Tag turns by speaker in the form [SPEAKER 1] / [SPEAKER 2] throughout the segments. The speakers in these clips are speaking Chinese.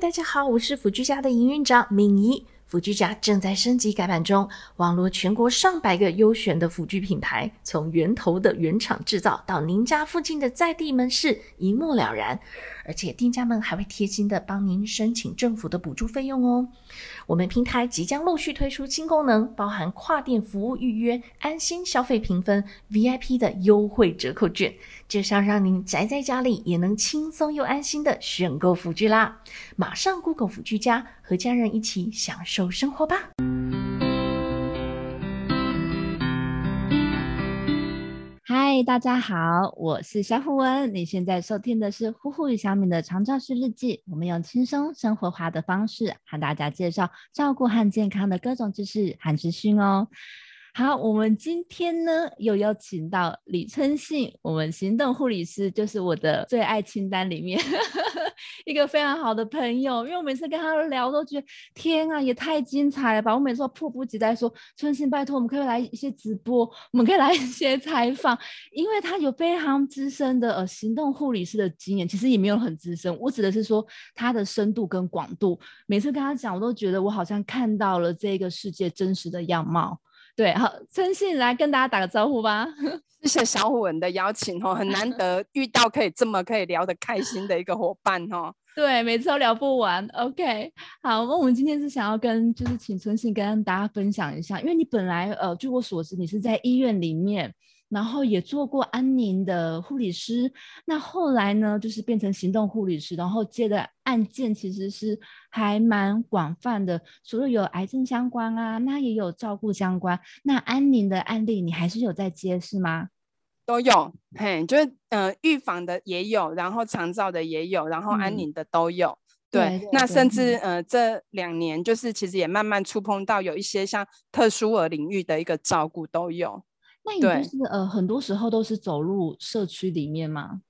[SPEAKER 1] 大家好，我是辅居家的营运长敏仪。辅居家正在升级改版中，网罗全国上百个优选的辅具品牌，从源头的原厂制造到您家附近的在地门市，一目了然。而且店家们还会贴心的帮您申请政府的补助费用哦。我们平台即将陆续推出新功能，包含跨店服务预约、安心消费评分、VIP 的优惠折扣券，就是要让您宅在家里也能轻松又安心的选购辅具啦。马上 Google 辅具家，和家人一起享受生活吧。
[SPEAKER 2] 嗨，大家好，我是小虎文。你现在收听的是《呼呼与小敏的长照师日记》，我们用轻松生活化的方式和大家介绍照顾和健康的各种知识和资讯哦。好，我们今天呢又邀请到李春信，我们行动护理师，就是我的最爱清单里面 一个非常好的朋友。因为我每次跟他聊都觉得天啊，也太精彩了吧！我每次都迫不及待说，春信，拜托，我们可以来一些直播， 我们可以来一些采访，因为他有非常资深的呃行动护理师的经验，其实也没有很资深，我指的是说他的深度跟广度。每次跟他讲，我都觉得我好像看到了这个世界真实的样貌。对，好，春信来跟大家打个招呼吧。
[SPEAKER 3] 谢谢小虎文的邀请哦，很难得遇到可以这么可以聊得开心的一个伙伴哦。
[SPEAKER 2] 对，每次都聊不完。OK，好，那我们今天是想要跟，就是请春信跟大家分享一下，因为你本来呃，据我所知，你是在医院里面，然后也做过安宁的护理师，那后来呢，就是变成行动护理师，然后接的案件其实是还蛮广泛的，除了有癌症相关啊，那也有照顾相关，那安宁的案例你还是有在接是吗？
[SPEAKER 3] 都有，嘿，就是呃，预防的也有，然后长照的也有，然后安
[SPEAKER 2] 嗯
[SPEAKER 3] 宁的都有。
[SPEAKER 2] 对
[SPEAKER 3] 对
[SPEAKER 2] 对，对
[SPEAKER 3] 那甚至呃，这两年就是其实也慢慢触碰到有一些像特殊儿领域的一个照顾都有。
[SPEAKER 2] 那你
[SPEAKER 3] 对
[SPEAKER 2] 就是呃，很多时候都是走入社区里面吗？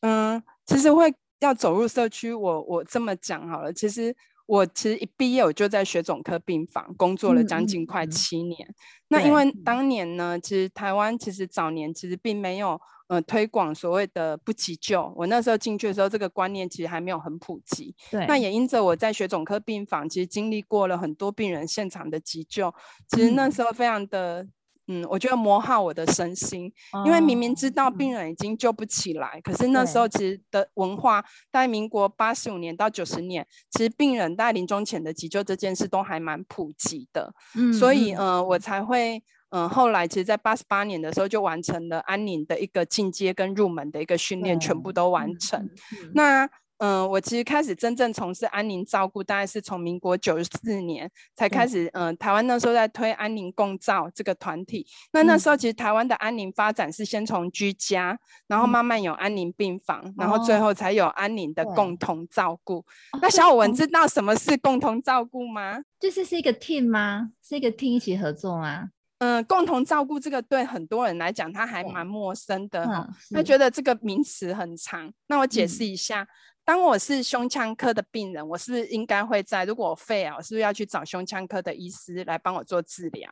[SPEAKER 3] 嗯，其实会要走入社区，我我这么讲好了，其实。我其实一毕业我就在血肿科病房工作了
[SPEAKER 2] 嗯
[SPEAKER 3] 将近
[SPEAKER 2] 嗯
[SPEAKER 3] 快
[SPEAKER 2] 嗯
[SPEAKER 3] 七年。那
[SPEAKER 2] 对嗯
[SPEAKER 3] 因为当年呢，其实台湾其实早年其实并没有呃推广所谓的不急救。我那时候进去的时候，这个观念其实还没有很普及。
[SPEAKER 2] 对，
[SPEAKER 3] 那也因着我在血肿科病房，其实经历过了很多病人现场的急救，其实那
[SPEAKER 2] 嗯
[SPEAKER 3] 时候非常的。嗯，我觉得磨耗我的身心，因为明明知道
[SPEAKER 2] 嗯
[SPEAKER 3] 病人已经救不起来，可是那时
[SPEAKER 2] 对
[SPEAKER 3] 候其实的文化，在民国八十五年到九十年，其实病人在临终前的急救这件事都还蛮普及的，
[SPEAKER 2] 哦，
[SPEAKER 3] 所以
[SPEAKER 2] 嗯
[SPEAKER 3] 呃，我才会。嗯，后来其实，在八十八年的时候就完成了安宁的一个进阶跟入门的一个训练，全
[SPEAKER 2] 对
[SPEAKER 3] 部都
[SPEAKER 2] 嗯
[SPEAKER 3] 完成。
[SPEAKER 2] 嗯
[SPEAKER 3] 那嗯、呃我其实开始真正从事安宁照顾，大概是从民国九十四年才开
[SPEAKER 2] 对
[SPEAKER 3] 始。嗯、台湾那时候在推安宁共照这个团体。那那时候其实台湾的安宁发展是先从居家，然后
[SPEAKER 2] 嗯
[SPEAKER 3] 慢慢有安宁病房，然后最
[SPEAKER 2] 哦
[SPEAKER 3] 后才有安宁的
[SPEAKER 2] 对
[SPEAKER 3] 共同照顾。
[SPEAKER 2] 哦
[SPEAKER 3] 那
[SPEAKER 2] 这
[SPEAKER 3] 小
[SPEAKER 2] 是
[SPEAKER 3] 武文
[SPEAKER 2] 同
[SPEAKER 3] 知道什么是共同照顾吗？
[SPEAKER 2] 就是是一个 team 吗？是一个 team 一起合作吗？
[SPEAKER 3] 嗯，共同照顾这个对很多人来讲，他还
[SPEAKER 2] 对
[SPEAKER 3] 蛮陌生的哈。
[SPEAKER 2] 嗯，
[SPEAKER 3] 他呃觉得这个名词很长，那我解释
[SPEAKER 2] 嗯
[SPEAKER 3] 一下。当我是胸腔科的病人，我是不是应该会在如果我肺癌，我是不是要去找胸腔科的医师来帮我做治疗？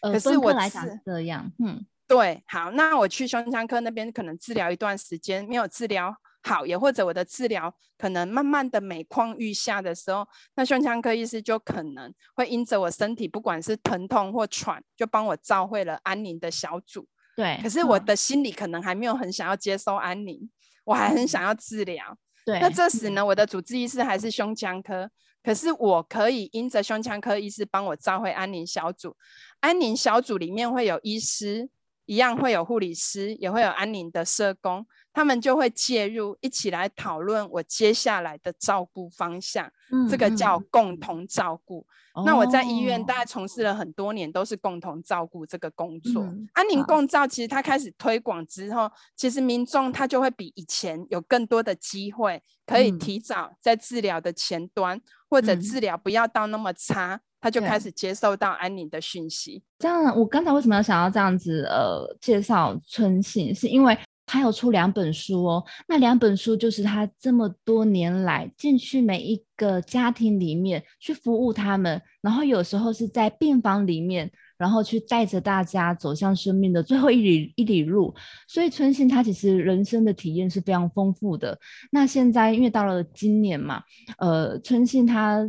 [SPEAKER 2] 呃，
[SPEAKER 3] 可是
[SPEAKER 2] 分科
[SPEAKER 3] 我
[SPEAKER 2] 来讲
[SPEAKER 3] 是
[SPEAKER 2] 是这样，嗯，
[SPEAKER 3] 对，好，那我去胸腔科那边可能治疗一段时间，没有治疗好，也或者我的治疗可能慢慢的每况愈下的时候，那胸腔科医师就可能会因着我身体不管是疼痛或喘，就帮我召会了安宁的小组。
[SPEAKER 2] 对。
[SPEAKER 3] 可是我
[SPEAKER 2] 嗯
[SPEAKER 3] 的心里可能还没有很想要接受安宁，我还很想要治疗。
[SPEAKER 2] 嗯对，
[SPEAKER 3] 那这时
[SPEAKER 2] 嗯
[SPEAKER 3] 呢，我的主治医师还是胸腔科，可是我可以因着胸腔科医师帮我召回安宁小组，安宁小组里面会有医师，一样会有护理师，也会有安宁的社工，他们就会介入一起来讨论我接下来的照顾方向，这个
[SPEAKER 2] 嗯
[SPEAKER 3] 叫
[SPEAKER 2] 嗯
[SPEAKER 3] 共同照顾。那我在医院大
[SPEAKER 2] 哦
[SPEAKER 3] 概从事了很多年，都是共同照顾这个工作。
[SPEAKER 2] 嗯
[SPEAKER 3] 安宁
[SPEAKER 2] 好
[SPEAKER 3] 啊共照其实它开始推广之后，其实民众他就会比以前有更多的机会，可以
[SPEAKER 2] 嗯
[SPEAKER 3] 提早在治疗的前端，或者
[SPEAKER 2] 嗯
[SPEAKER 3] 治疗不要到那么差，他就开
[SPEAKER 2] 对
[SPEAKER 3] 始接受到安宁的讯息。
[SPEAKER 2] 这样，我刚才为什么要想要这样子呃介绍春信，是因为他有出两本书哦。那两本书就是他这么多年来进去每一个家庭里面去服务他们，然后有时候是在病房里面，然后去带着大家走向生命的最后一里一里路。所以春信他其实人生的体验是非常丰富的。那现在因为到了今年嘛，呃，春信他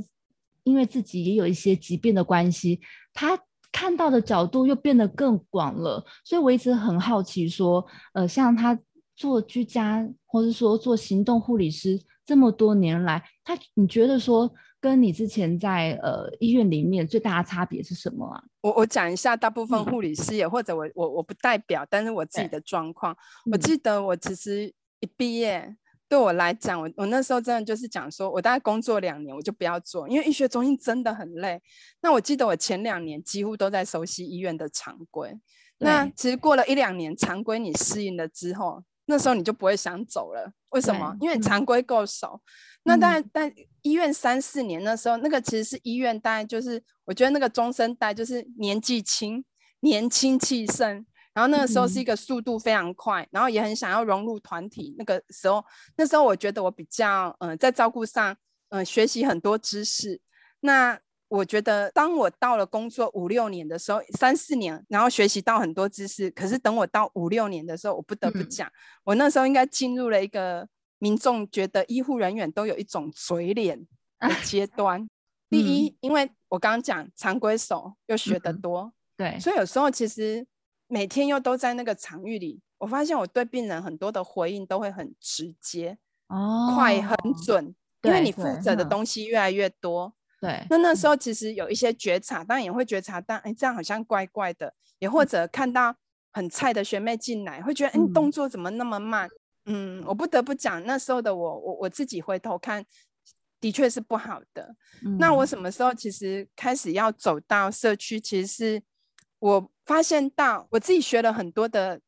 [SPEAKER 2] 因为自己也有一些疾病的关系，他。看到的角度又变得更广了，所以我一直很好奇，说，呃，像他做居家，或是说做行动护理师这么多年来，他你觉得说跟你之前在呃医院里面最大的差别是什么啊？
[SPEAKER 3] 我我讲一下，大部
[SPEAKER 2] 嗯
[SPEAKER 3] 分护理师也、或者我我我不代表，但是我自己的状况，我
[SPEAKER 2] 嗯
[SPEAKER 3] 记得我其实一毕业。对我来讲，我我那时候真的就是讲说，我大概工作两年我就不要做，因为医学中心真的很累。那我记得我前两年几乎都在熟悉医院的常规，那
[SPEAKER 2] 对
[SPEAKER 3] 其实过了一两年，常规你适应了之后，那时候你就不会想走了。为什么？因为
[SPEAKER 2] 嗯
[SPEAKER 3] 常规够熟。那大概
[SPEAKER 2] 嗯
[SPEAKER 3] 但医院三四年那时候，那个其实是医院，大概就是我觉得那个中生代就是年纪轻，年轻气盛。然后那个时候是一个速度非常快，然后也很想要融入团体。那个时候，那时候我觉得我比较嗯、呃在照顾上嗯、呃学习很多知识，那我觉得，当我到了工作五六年的时候，三四年，然后学习到很多知识，可是等我到五六年的时候，我不得不
[SPEAKER 2] 嗯
[SPEAKER 3] 讲，我那时候应该进入了一个民众觉得医护人员都有一种嘴脸的
[SPEAKER 2] 啊
[SPEAKER 3] 阶段。第一，因为我刚刚讲常规手又学得
[SPEAKER 2] 嗯
[SPEAKER 3] 多，
[SPEAKER 2] 对，
[SPEAKER 3] 所以有时候其实每天又都在那个场域里，我发现我对病人很多的回应都会很直接、
[SPEAKER 2] 哦，
[SPEAKER 3] 快、很准，因为
[SPEAKER 2] 对
[SPEAKER 3] 你负
[SPEAKER 2] 对
[SPEAKER 3] 责的
[SPEAKER 2] 嗯
[SPEAKER 3] 东西越来越多。
[SPEAKER 2] 对，
[SPEAKER 3] 那那时候其实有一些觉察，当然也会觉察到，哎，这样好像怪怪的，也或者看到很菜的学妹进来，会觉得，哎，你动作怎么那么慢？嗯，我不得不讲，那时候的我，我我自己回头看，的确是不好的。那我
[SPEAKER 2] 嗯
[SPEAKER 3] 什么时候其实开始要走到社区？其实是我发现到我自己学了很多的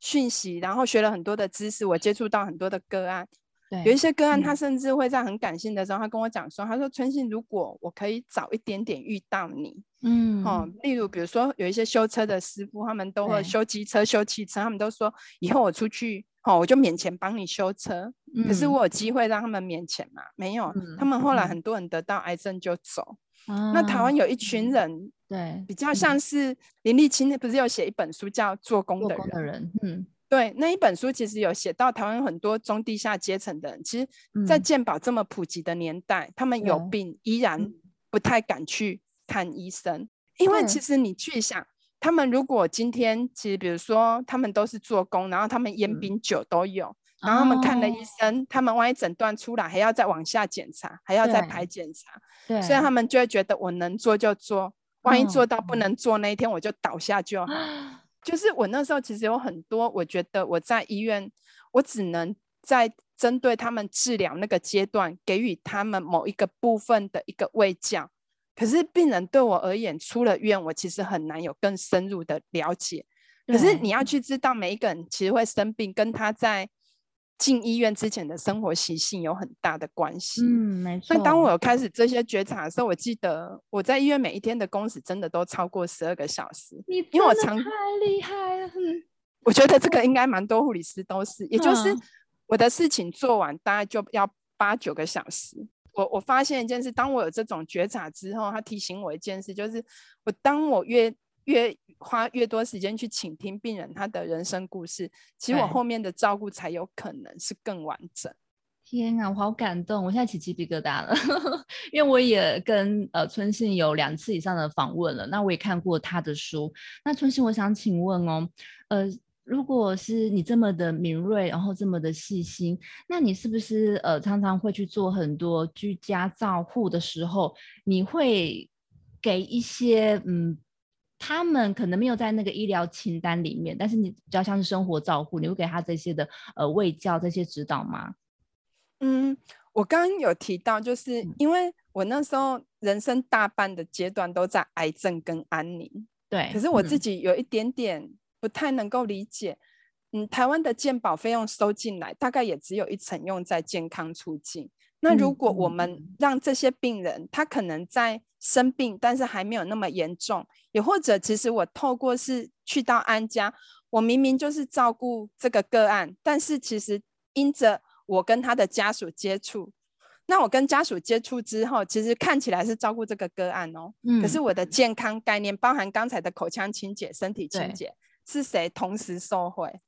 [SPEAKER 3] 讯息，然后学了很多的知识，我接触到很多的个案，有一
[SPEAKER 2] 对
[SPEAKER 3] 些个案，他
[SPEAKER 2] 嗯
[SPEAKER 3] 甚至会在很感性的时候，他跟我讲说：“他说春信，如果我可以早一点点遇到你，
[SPEAKER 2] 嗯
[SPEAKER 3] 哦，例如比如说有一些修车的师傅，他们都会
[SPEAKER 2] 对
[SPEAKER 3] 修机车、修汽车，他们都说以后我出去，哦，我就免钱帮你修车。可是
[SPEAKER 2] 嗯
[SPEAKER 3] 我有机会让他们免钱嘛？没有，啊他
[SPEAKER 2] 嗯
[SPEAKER 3] 们后来
[SPEAKER 2] 嗯
[SPEAKER 3] 很多人得到癌症就走。那台
[SPEAKER 2] 啊嗯
[SPEAKER 3] 湾有一群人
[SPEAKER 2] 对
[SPEAKER 3] 比较像是林立清，不是有写一本书叫《做工
[SPEAKER 2] 做
[SPEAKER 3] 的
[SPEAKER 2] 工
[SPEAKER 3] 人》
[SPEAKER 2] 的人，嗯
[SPEAKER 3] 对，那一本书其实有写到台湾很多中低下阶层的人，其实，在
[SPEAKER 2] 嗯
[SPEAKER 3] 健保这么普及的年代，他们有
[SPEAKER 2] 对嗯
[SPEAKER 3] 病依然不太敢去看医生，因为其
[SPEAKER 2] 对
[SPEAKER 3] 实你去想，他们如果今天其实比如说他们都是做工，然后他们烟
[SPEAKER 2] 嗯
[SPEAKER 3] 饼酒都有，然后他们看了医
[SPEAKER 2] 哦
[SPEAKER 3] 生，他们万一诊断出来还要再往下检查，还要再
[SPEAKER 2] 对
[SPEAKER 3] 排检查，
[SPEAKER 2] 对，
[SPEAKER 3] 所以他们就会觉得我能做就做，万一
[SPEAKER 2] 嗯
[SPEAKER 3] 做到不能做那一天我就倒下就好。 就是我那时候其实有很多，我觉得我在医院，我只能在针对他们治疗那个阶段，给予他们某一个部分的一个慰藉。可是病人对我而言，出了院，我其实很难有更深入的了解。可是
[SPEAKER 2] 对
[SPEAKER 3] 你要去知道，每一个人其实会生病，跟他在进医院之前的生活习性有很大的关系。
[SPEAKER 2] 嗯没错，
[SPEAKER 3] 所以当我有开始这些觉察的时候，我记得我在医院每一天的工时真的都超过十二个小时。
[SPEAKER 2] 你
[SPEAKER 3] 因为我
[SPEAKER 2] 真的
[SPEAKER 3] 常
[SPEAKER 2] 太厉害了，嗯
[SPEAKER 3] 我觉得这个应该蛮多护理师都是，也就是
[SPEAKER 2] 嗯
[SPEAKER 3] 我的事情做完大概就要八九个小时。我我发现一件事，当我有这种觉察之后，他提醒我一件事，就是我当我越越花越多时间去倾听病人他的人生故事，其实我
[SPEAKER 2] 对
[SPEAKER 3] 后面的照顾才有可能是更完整。
[SPEAKER 2] 天啊，我好感动！我现在起鸡皮疙瘩了， 因为我也跟呃春信有两次以上的访问了，那我也看过他的书。那春信，我想请问哦，呃，如果是你这么的敏锐，然后这么的细心，那你是不是呃常常会去做很多居家照护的时候，你会给一些嗯？他们可能没有在那个医疗清单里面，但是你比较像是生活照护，你会给他这些的呃卫教这些指导吗？
[SPEAKER 3] 嗯，我刚刚有提到，就是
[SPEAKER 2] 嗯
[SPEAKER 3] 因为我那时候人生大半的阶段都在癌症跟安宁，
[SPEAKER 2] 对，
[SPEAKER 3] 可是我
[SPEAKER 2] 嗯
[SPEAKER 3] 自己有一点点不太能够理解，嗯，台湾的健保费用收进来，大概也只有一成用在健康促进。那如
[SPEAKER 2] 嗯
[SPEAKER 3] 果我
[SPEAKER 2] 嗯
[SPEAKER 3] 们
[SPEAKER 2] 嗯
[SPEAKER 3] 让这些病人，他可能在生病，但是还没有那么严重，也或者其实我透过是去到安家，我明明就是照顾这个个案，但是其实因着我跟他的家属接触，那我跟家属接触之后，其实看起来是照顾这个个案哦，
[SPEAKER 2] 嗯
[SPEAKER 3] 可是我的健康概念，包含刚才的口腔清洁、身体清
[SPEAKER 2] 对
[SPEAKER 3] 洁，是谁同时受惠？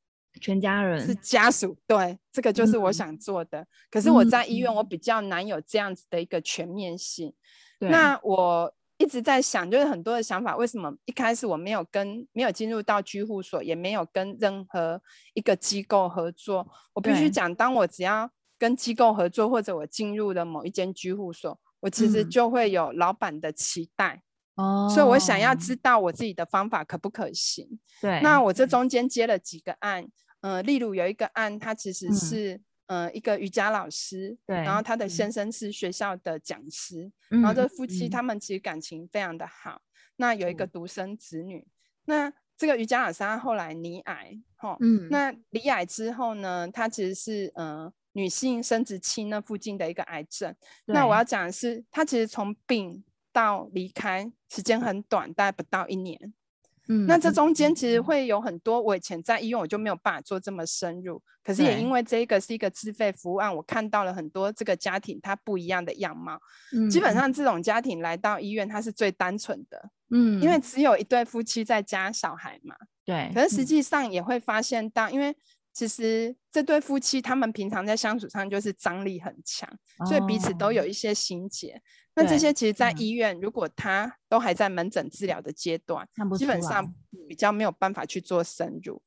[SPEAKER 2] 全家人
[SPEAKER 3] 是家属，对，这个就是
[SPEAKER 2] 嗯
[SPEAKER 3] 我想做的。可是我在医院，我比较难有这样子的一个全面性。
[SPEAKER 2] 对
[SPEAKER 3] 那我一直在想，就是很多的想法，为什么一开始我没有跟没有进入到居护所，也没有跟任何一个机构合作？我必须
[SPEAKER 2] 对
[SPEAKER 3] 讲，当我只要跟机构合作，或者我进入了某一间居护所，我其实
[SPEAKER 2] 嗯
[SPEAKER 3] 就会有老板的期待，
[SPEAKER 2] 哦，
[SPEAKER 3] 所以我想要知道我自己的方法可不可行。
[SPEAKER 2] 对，
[SPEAKER 3] 那我这中间接了几个案，呃，例如有一个案，他其实
[SPEAKER 2] 嗯
[SPEAKER 3] 是、呃一个瑜伽老师，然后
[SPEAKER 2] 对
[SPEAKER 3] 他的
[SPEAKER 2] 嗯
[SPEAKER 3] 先生是学校的讲师，
[SPEAKER 2] 然
[SPEAKER 3] 然后这夫妻他
[SPEAKER 2] 们
[SPEAKER 3] 们其实感情非常的好。那有一个
[SPEAKER 2] 是
[SPEAKER 3] 独生子女，那这个瑜伽老师他后来罹癌，吼，
[SPEAKER 2] 嗯
[SPEAKER 3] 那罹癌之后呢，他其实是呃女性生殖器那附近的一个癌症。那我
[SPEAKER 2] 对
[SPEAKER 3] 要讲的是，他其实从病到离开时间很短，大概不到一年。
[SPEAKER 2] 嗯
[SPEAKER 3] 那这
[SPEAKER 2] 嗯
[SPEAKER 3] 中间其实
[SPEAKER 2] 嗯
[SPEAKER 3] 会有很多，我以前在医院我就没有办法做这么深入，可是也
[SPEAKER 2] 对
[SPEAKER 3] 因为这一个是一个自费服务案，我看到了很多这个家庭它不一样的样貌。基本
[SPEAKER 2] 嗯
[SPEAKER 3] 上这种家庭来到医院，它是最单纯的，
[SPEAKER 2] 嗯，
[SPEAKER 3] 因为只有一对夫妻在家小孩嘛。
[SPEAKER 2] 对，
[SPEAKER 3] 可是实
[SPEAKER 2] 嗯
[SPEAKER 3] 际上也会发现到，因为其实这对夫妻他们平常在相处上就是张力很强，所以彼此都有
[SPEAKER 2] 哦
[SPEAKER 3] 一些心结。那这
[SPEAKER 2] 对
[SPEAKER 3] 些其实，在
[SPEAKER 2] 嗯
[SPEAKER 3] 医院如果他都还在门诊治疗的阶段。
[SPEAKER 2] 看不
[SPEAKER 3] 基
[SPEAKER 2] 出
[SPEAKER 3] 本
[SPEAKER 2] 来
[SPEAKER 3] 上比较没有办法去做深入。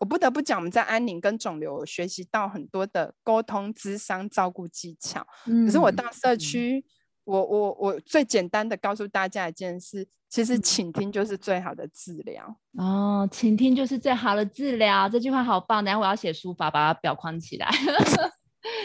[SPEAKER 3] 我不得不讲，我们在安宁跟肿瘤有学习到很多的沟通、智商、照顾技巧。可是我
[SPEAKER 2] 嗯
[SPEAKER 3] 到社区，我我我最简单的告诉大家一件事，其
[SPEAKER 2] 嗯
[SPEAKER 3] 实倾听就是最好的治疗。
[SPEAKER 2] 哦，倾听就是最好的治疗，这句话好棒。等下我要写书法，把它裱框起来。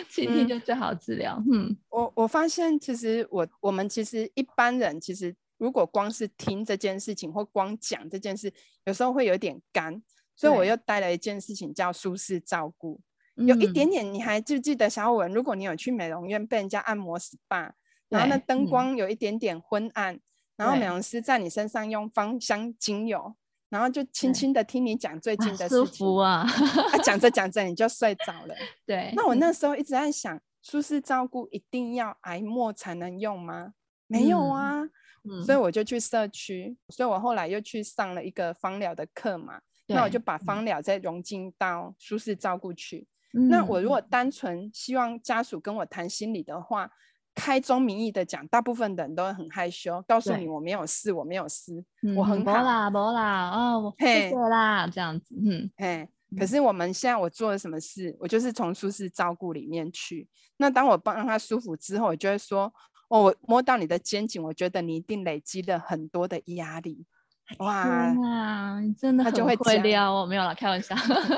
[SPEAKER 2] 倾听
[SPEAKER 3] 嗯
[SPEAKER 2] 就是最好的治疗。嗯，
[SPEAKER 3] 我我发现，其实我我们其实一般人其实如果光是听这件事情或光讲这件事，有时候会有点干。所以我
[SPEAKER 2] 对
[SPEAKER 3] 又带了一件事情叫舒适照顾。有一
[SPEAKER 2] 嗯
[SPEAKER 3] 点点，你还记不记得小文？如果你有去美容院被人家按摩 SPA，然后那
[SPEAKER 2] 对
[SPEAKER 3] 灯
[SPEAKER 2] 嗯
[SPEAKER 3] 光有一点点昏暗，然后美
[SPEAKER 2] 对
[SPEAKER 3] 容师在你身上用芳香精油，然后就轻
[SPEAKER 2] 对
[SPEAKER 3] 轻的听你讲最
[SPEAKER 2] 哇
[SPEAKER 3] 近的
[SPEAKER 2] 舒
[SPEAKER 3] 事情
[SPEAKER 2] 服，嗯啊。
[SPEAKER 3] 啊，讲着讲着你就睡着了。
[SPEAKER 2] 对，
[SPEAKER 3] 那我那时候一直在想，舒适照顾一定要癌末才能用吗？没有
[SPEAKER 2] 嗯
[SPEAKER 3] 啊，
[SPEAKER 2] 嗯
[SPEAKER 3] 所以我就去社区，所以我后来又去上了一个芳疗的课嘛，那我
[SPEAKER 2] 对
[SPEAKER 3] 就把
[SPEAKER 2] 嗯
[SPEAKER 3] 芳疗再融进到舒适照顾去。那我如
[SPEAKER 2] 嗯
[SPEAKER 3] 果单纯希望家属跟我谈心理的话，开宗明义的讲，大部分的人都会很害羞，告诉
[SPEAKER 2] 对
[SPEAKER 3] 你我没有事，我没有事，
[SPEAKER 2] 嗯嗯
[SPEAKER 3] 我很
[SPEAKER 2] 没
[SPEAKER 3] 好
[SPEAKER 2] 啦，没啦，哦，我谢
[SPEAKER 3] 嘿
[SPEAKER 2] 谢啦，这样子，嗯，
[SPEAKER 3] 哎。
[SPEAKER 2] 嗯
[SPEAKER 3] 可是我们现在我做了什么事，我就是从舒适照顾里面去。那当我帮他舒服之后，我就会说，哦，我摸到你的肩颈，我觉得你一定累积了很多的压力。
[SPEAKER 2] 哎
[SPEAKER 3] 哇，
[SPEAKER 2] 哇，你真的
[SPEAKER 3] 啊他
[SPEAKER 2] 很
[SPEAKER 3] 就会
[SPEAKER 2] 会
[SPEAKER 3] 讲
[SPEAKER 2] 撩哦，没有啦，开 玩笑，
[SPEAKER 3] 他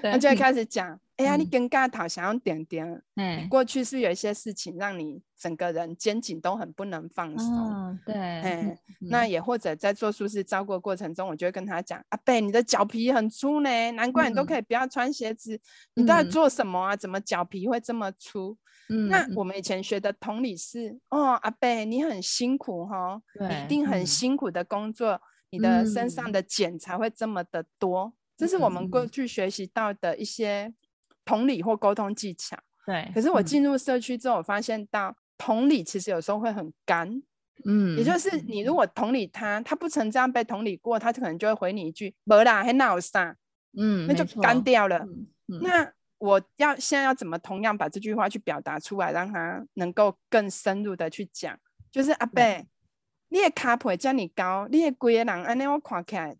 [SPEAKER 2] 对，
[SPEAKER 3] 就会开始讲，哎呀，你
[SPEAKER 2] 嗯
[SPEAKER 3] 跟尬讨想要点点，
[SPEAKER 2] 哎，
[SPEAKER 3] 过去是有一些事情让你整个人肩颈都很不能放松。
[SPEAKER 2] 嗯，对，嗯
[SPEAKER 3] 哎，那
[SPEAKER 2] 嗯
[SPEAKER 3] 也或者在做舒适照顾的过程中，我就会跟他讲：“阿贝，你的脚皮很粗呢，难怪你都可以不要穿鞋子。你到底
[SPEAKER 2] 嗯
[SPEAKER 3] 做什么啊？怎么脚皮会这么粗？”
[SPEAKER 2] 嗯
[SPEAKER 3] 那
[SPEAKER 2] 嗯
[SPEAKER 3] 我们以前学的同理是：哦，阿贝，你很辛苦哈，你
[SPEAKER 2] 对
[SPEAKER 3] 一定很
[SPEAKER 2] 嗯
[SPEAKER 3] 辛苦的工作，你的身上
[SPEAKER 2] 嗯
[SPEAKER 3] 的茧才会这么的多。这是我们过
[SPEAKER 2] 嗯
[SPEAKER 3] 去学习到的一些同理或沟通技巧。
[SPEAKER 2] 对，
[SPEAKER 3] 可是我
[SPEAKER 2] 嗯
[SPEAKER 3] 进入社区之后，我发现到同理其实有时候会很干。
[SPEAKER 2] 嗯，
[SPEAKER 3] 也就是你如果同理他，他不曾这样被同理过，他可能就会回你一句“没啦，还闹啥”，
[SPEAKER 2] 嗯，
[SPEAKER 3] 那就干
[SPEAKER 2] 掉，
[SPEAKER 3] 掉了。
[SPEAKER 2] 嗯嗯
[SPEAKER 3] 那我要现在要怎么同样把这句话去表达出来，让他能够更深入的去讲？就是阿
[SPEAKER 2] 对
[SPEAKER 3] 伯，你的卡皮遮你高，你的规个人安尼我看起来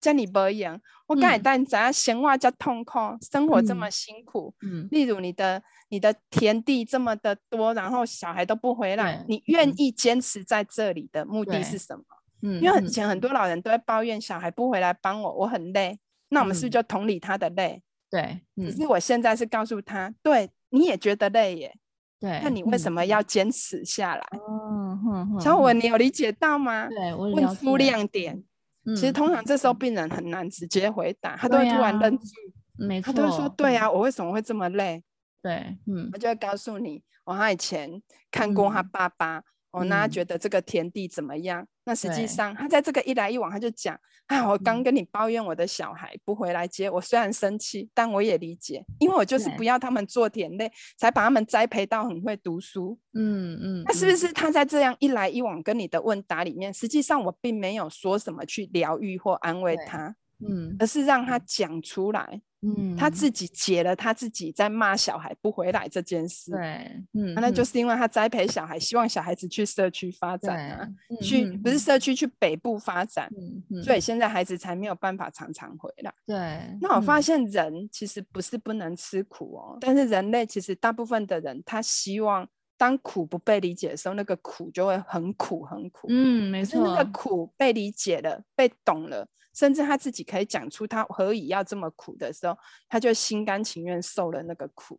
[SPEAKER 3] 遮你无用，我敢会
[SPEAKER 2] 嗯
[SPEAKER 3] 带你知影生活遮痛苦，生活这么
[SPEAKER 2] 嗯
[SPEAKER 3] 辛苦。
[SPEAKER 2] 嗯，
[SPEAKER 3] 例如你的你的田地这么的多，然后小孩都不回来
[SPEAKER 2] 对，
[SPEAKER 3] 你愿
[SPEAKER 2] 嗯
[SPEAKER 3] 意坚持在这里的目的
[SPEAKER 2] 对嗯
[SPEAKER 3] 是什么？
[SPEAKER 2] 因
[SPEAKER 3] 因为以前很多老人都会抱怨小孩不回来帮我，我很累。那我们
[SPEAKER 2] 嗯
[SPEAKER 3] 是不是就同理他的累？
[SPEAKER 2] 对，
[SPEAKER 3] 可
[SPEAKER 2] 嗯
[SPEAKER 3] 是我现在是告诉他，对，你也觉得累耶，
[SPEAKER 2] 对，
[SPEAKER 3] 那你为什
[SPEAKER 2] 么？
[SPEAKER 3] 么要坚持下来？
[SPEAKER 2] 嗯哼哼，
[SPEAKER 3] 小
[SPEAKER 2] 哼
[SPEAKER 3] 文，你有理解到吗？
[SPEAKER 2] 对我
[SPEAKER 3] 问
[SPEAKER 2] 了
[SPEAKER 3] 出
[SPEAKER 2] 解，
[SPEAKER 3] 亮点，
[SPEAKER 2] 其
[SPEAKER 3] 其实通常这时候
[SPEAKER 2] 嗯
[SPEAKER 3] 病人很难直接回答，他都会
[SPEAKER 2] 对
[SPEAKER 3] 突然愣
[SPEAKER 2] 啊
[SPEAKER 3] 住，
[SPEAKER 2] 没
[SPEAKER 3] 他
[SPEAKER 2] 错，
[SPEAKER 3] 都会说：“对
[SPEAKER 2] 嗯
[SPEAKER 3] 啊，我为什么会这么累？”
[SPEAKER 2] 对，嗯
[SPEAKER 3] 我就会告诉你，哦，他以前看过他
[SPEAKER 2] 嗯
[SPEAKER 3] 爸爸，哦，那他
[SPEAKER 2] 嗯
[SPEAKER 3] 觉得这个田地怎么样？那实
[SPEAKER 2] 对嗯
[SPEAKER 3] 际上，他在这个一来一往，他就讲啊，我刚跟你抱怨我的小孩不回来接我，虽然生气，但我也理解，因为我就是
[SPEAKER 2] 对
[SPEAKER 3] 不要他们做田类，才把他们栽培到很会读书。
[SPEAKER 2] 嗯嗯，
[SPEAKER 3] 那是不是他在这样一来一往跟你的问答里面，实际上我并没有说什么去疗愈或安慰
[SPEAKER 1] 对
[SPEAKER 3] 他，
[SPEAKER 2] 嗯
[SPEAKER 3] 而是让他讲出来，
[SPEAKER 2] 嗯
[SPEAKER 3] 呃他自己解了他自己在骂小孩不回来这件事。
[SPEAKER 2] 对，嗯，
[SPEAKER 3] 啊那就是是因为他栽培小孩，希望小孩子去社区发
[SPEAKER 2] 对
[SPEAKER 3] 展啊，，去
[SPEAKER 2] 嗯
[SPEAKER 3] 不是，社区去北部发展，
[SPEAKER 2] 嗯嗯，
[SPEAKER 3] 所以现在孩子才没有办法常常回来。
[SPEAKER 2] 对，
[SPEAKER 3] 那我发
[SPEAKER 2] 嗯
[SPEAKER 3] 现人其实不是不能吃苦哦，但是人类其实大部分的人他希望当苦不被理解的时候，那个苦就会很苦很苦。
[SPEAKER 2] 嗯，没
[SPEAKER 3] 可是
[SPEAKER 2] 错，
[SPEAKER 3] 那个苦被理解了，被懂了，甚至他自己可以讲出他何以要这么苦的时候，他就心甘情愿受了那个苦。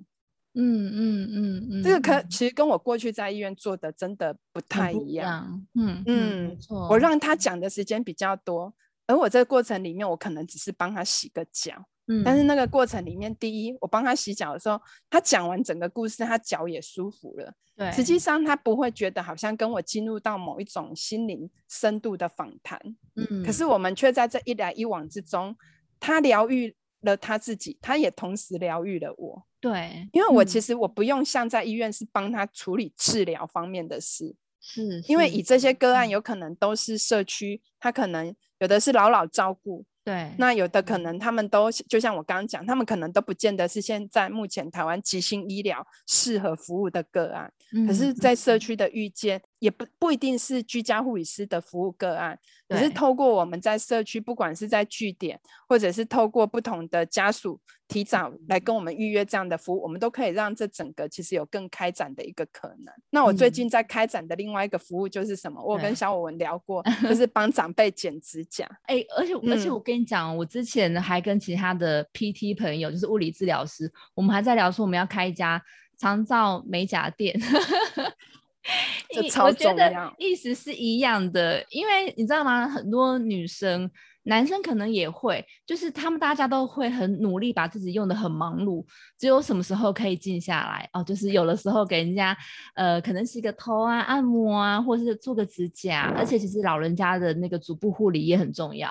[SPEAKER 2] 嗯嗯嗯嗯，
[SPEAKER 3] 这个可
[SPEAKER 2] 嗯
[SPEAKER 3] 其实跟我过去在医院做的真的不
[SPEAKER 2] 很
[SPEAKER 3] 太
[SPEAKER 2] 不
[SPEAKER 3] 一样。，
[SPEAKER 2] 嗯嗯，没
[SPEAKER 3] 嗯
[SPEAKER 2] 错，
[SPEAKER 3] 我让他讲的时间比较多，而我这个过程里面，我可能只是帮他洗个脚。
[SPEAKER 2] 嗯，
[SPEAKER 3] 但是那个过程里面，第一，我帮他洗脚的时候，他讲完整个故事，他脚也舒服了。
[SPEAKER 2] 对，
[SPEAKER 3] 实际上，他不会觉得好像跟我进入到某一种心灵深度的访谈。
[SPEAKER 2] 嗯，
[SPEAKER 3] 可是我们却在这一来一往之中，他疗愈了他自己，他也同时疗愈了我。
[SPEAKER 2] 对，
[SPEAKER 3] 因为我
[SPEAKER 2] 嗯
[SPEAKER 3] 其实我不用像在医院是帮他处理治疗方面的事，
[SPEAKER 2] 是
[SPEAKER 3] 因为
[SPEAKER 2] 是
[SPEAKER 3] 以这些个案
[SPEAKER 2] 嗯
[SPEAKER 3] 有可能都是社区，他可能有的是老老照顾，
[SPEAKER 2] 对
[SPEAKER 3] 那有的可
[SPEAKER 2] 嗯
[SPEAKER 3] 能他们都就像我刚刚讲，他们可能都不见得是现在目前台湾急性医疗适合服务的个案。可是，
[SPEAKER 2] 嗯
[SPEAKER 3] 在社区的遇见，也不不一定是居家护理师的服务个案，可是
[SPEAKER 2] 对
[SPEAKER 3] 透过我们在社区，不管是在据点，或者是透过不同的家属提早
[SPEAKER 2] 嗯
[SPEAKER 3] 来跟我们预约这样的服务，我们都可以让这整个其实有更开展的一个可能。那我最近在开展的另外一个服务就是什么？我有
[SPEAKER 2] 嗯对
[SPEAKER 3] 跟小伟文聊过， 就是帮长辈剪指甲。
[SPEAKER 2] 哎、而且而且
[SPEAKER 3] 嗯
[SPEAKER 2] 我跟你讲，哦我之前还跟其他的 PT 朋友，就是物理治疗师，我们还在聊说我们要开一家长照美甲店。
[SPEAKER 3] 这
[SPEAKER 2] 一
[SPEAKER 3] 超
[SPEAKER 2] 我觉
[SPEAKER 3] 重
[SPEAKER 2] 得
[SPEAKER 3] 要
[SPEAKER 2] 意思是一样的，因为你知道吗？很多女生、男生可能也会，就是他们大家都会很努力，把自己用的很忙碌，只有什么时候可以静下来哦，就是有的时候给人家呃，可能洗个头啊、按摩啊，或是做个指甲，而且其实老人家的那个足部护理也很重要。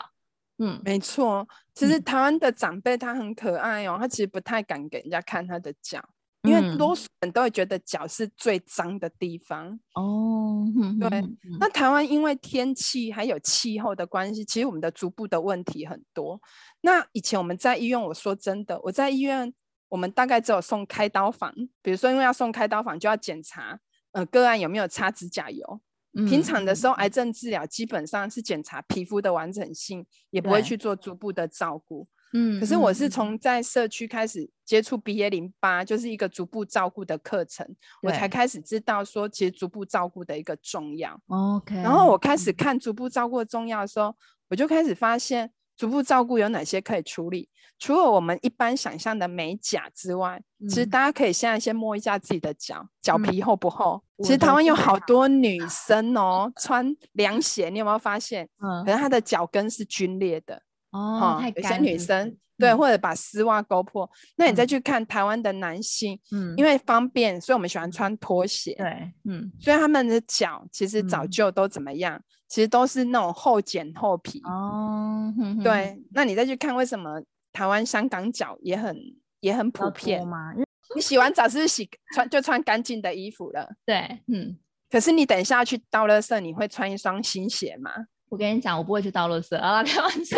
[SPEAKER 2] 嗯，
[SPEAKER 3] 没错，其实
[SPEAKER 2] 嗯
[SPEAKER 3] 台湾的长辈他很可爱哦，他其实不太敢给人家看他的脚，因为
[SPEAKER 2] 嗯
[SPEAKER 3] 多数人都会觉得脚是最脏的地方。
[SPEAKER 2] 哦，哼
[SPEAKER 3] 对，
[SPEAKER 2] 哼哼
[SPEAKER 3] 那台湾因为天气还有气候的关系，其实我们的足部的问题很多。那以前我们在医院，我说真的，我在医院，我们大概只有送开刀房，比如说因为要送开刀房，就要检查。呃，个案有没有擦指甲油？
[SPEAKER 2] 嗯
[SPEAKER 3] 平常的时候，癌症治疗基本上是检查皮肤的完整性，也不会
[SPEAKER 2] 对
[SPEAKER 3] 去做足部的照顾。
[SPEAKER 2] 嗯，嗯
[SPEAKER 3] 可是我
[SPEAKER 2] 嗯
[SPEAKER 3] 是
[SPEAKER 2] 嗯
[SPEAKER 3] 从在社区开始接触 BA 淋巴，就是一个足部照顾的课程，我才
[SPEAKER 2] 对
[SPEAKER 3] 开始知道说，其实足部照顾的一个重要。
[SPEAKER 2] 嗯 OK，
[SPEAKER 3] 然后我开始看足部照顾的重要的时候，我就开始发现足部照顾有哪些可以处理。除了我们一般想象的美甲之外，其实
[SPEAKER 2] 嗯
[SPEAKER 3] 大家可以现在先摸一下自己的脚，脚
[SPEAKER 2] 嗯
[SPEAKER 3] 皮厚不厚？
[SPEAKER 2] 我
[SPEAKER 3] 其实
[SPEAKER 2] 的
[SPEAKER 3] 台湾有
[SPEAKER 2] 是
[SPEAKER 3] 好多女生哦，穿凉鞋，你有没有发现？可
[SPEAKER 2] 嗯
[SPEAKER 3] 能她的脚跟是皲裂的。
[SPEAKER 2] 哦，
[SPEAKER 3] 哦
[SPEAKER 2] 太
[SPEAKER 3] 有些
[SPEAKER 2] 干是
[SPEAKER 3] 女
[SPEAKER 2] 不
[SPEAKER 3] 生
[SPEAKER 2] 是
[SPEAKER 3] 对，
[SPEAKER 2] 嗯
[SPEAKER 3] 或者把丝袜勾破。那你再
[SPEAKER 2] 嗯
[SPEAKER 3] 去看台湾的男性，
[SPEAKER 2] 嗯，
[SPEAKER 3] 因为方便，所以我们喜欢穿拖鞋，
[SPEAKER 2] 对，嗯
[SPEAKER 3] 所以他们的脚其实早
[SPEAKER 2] 嗯
[SPEAKER 3] 就都怎么样？其实都是那种厚茧厚皮。
[SPEAKER 2] 哦，哼哼哼
[SPEAKER 3] 对，那你再去看为什么台湾、香港脚也很也很
[SPEAKER 2] 比较
[SPEAKER 3] 普遍
[SPEAKER 2] 多？吗？因为
[SPEAKER 3] 你洗完澡是不是洗穿就穿干净的衣服了？
[SPEAKER 2] 对，嗯，
[SPEAKER 3] 可是你等一下去倒垃圾，你会穿一双新鞋吗？
[SPEAKER 2] 我跟你讲，我不会去倒垃圾啊，开玩笑，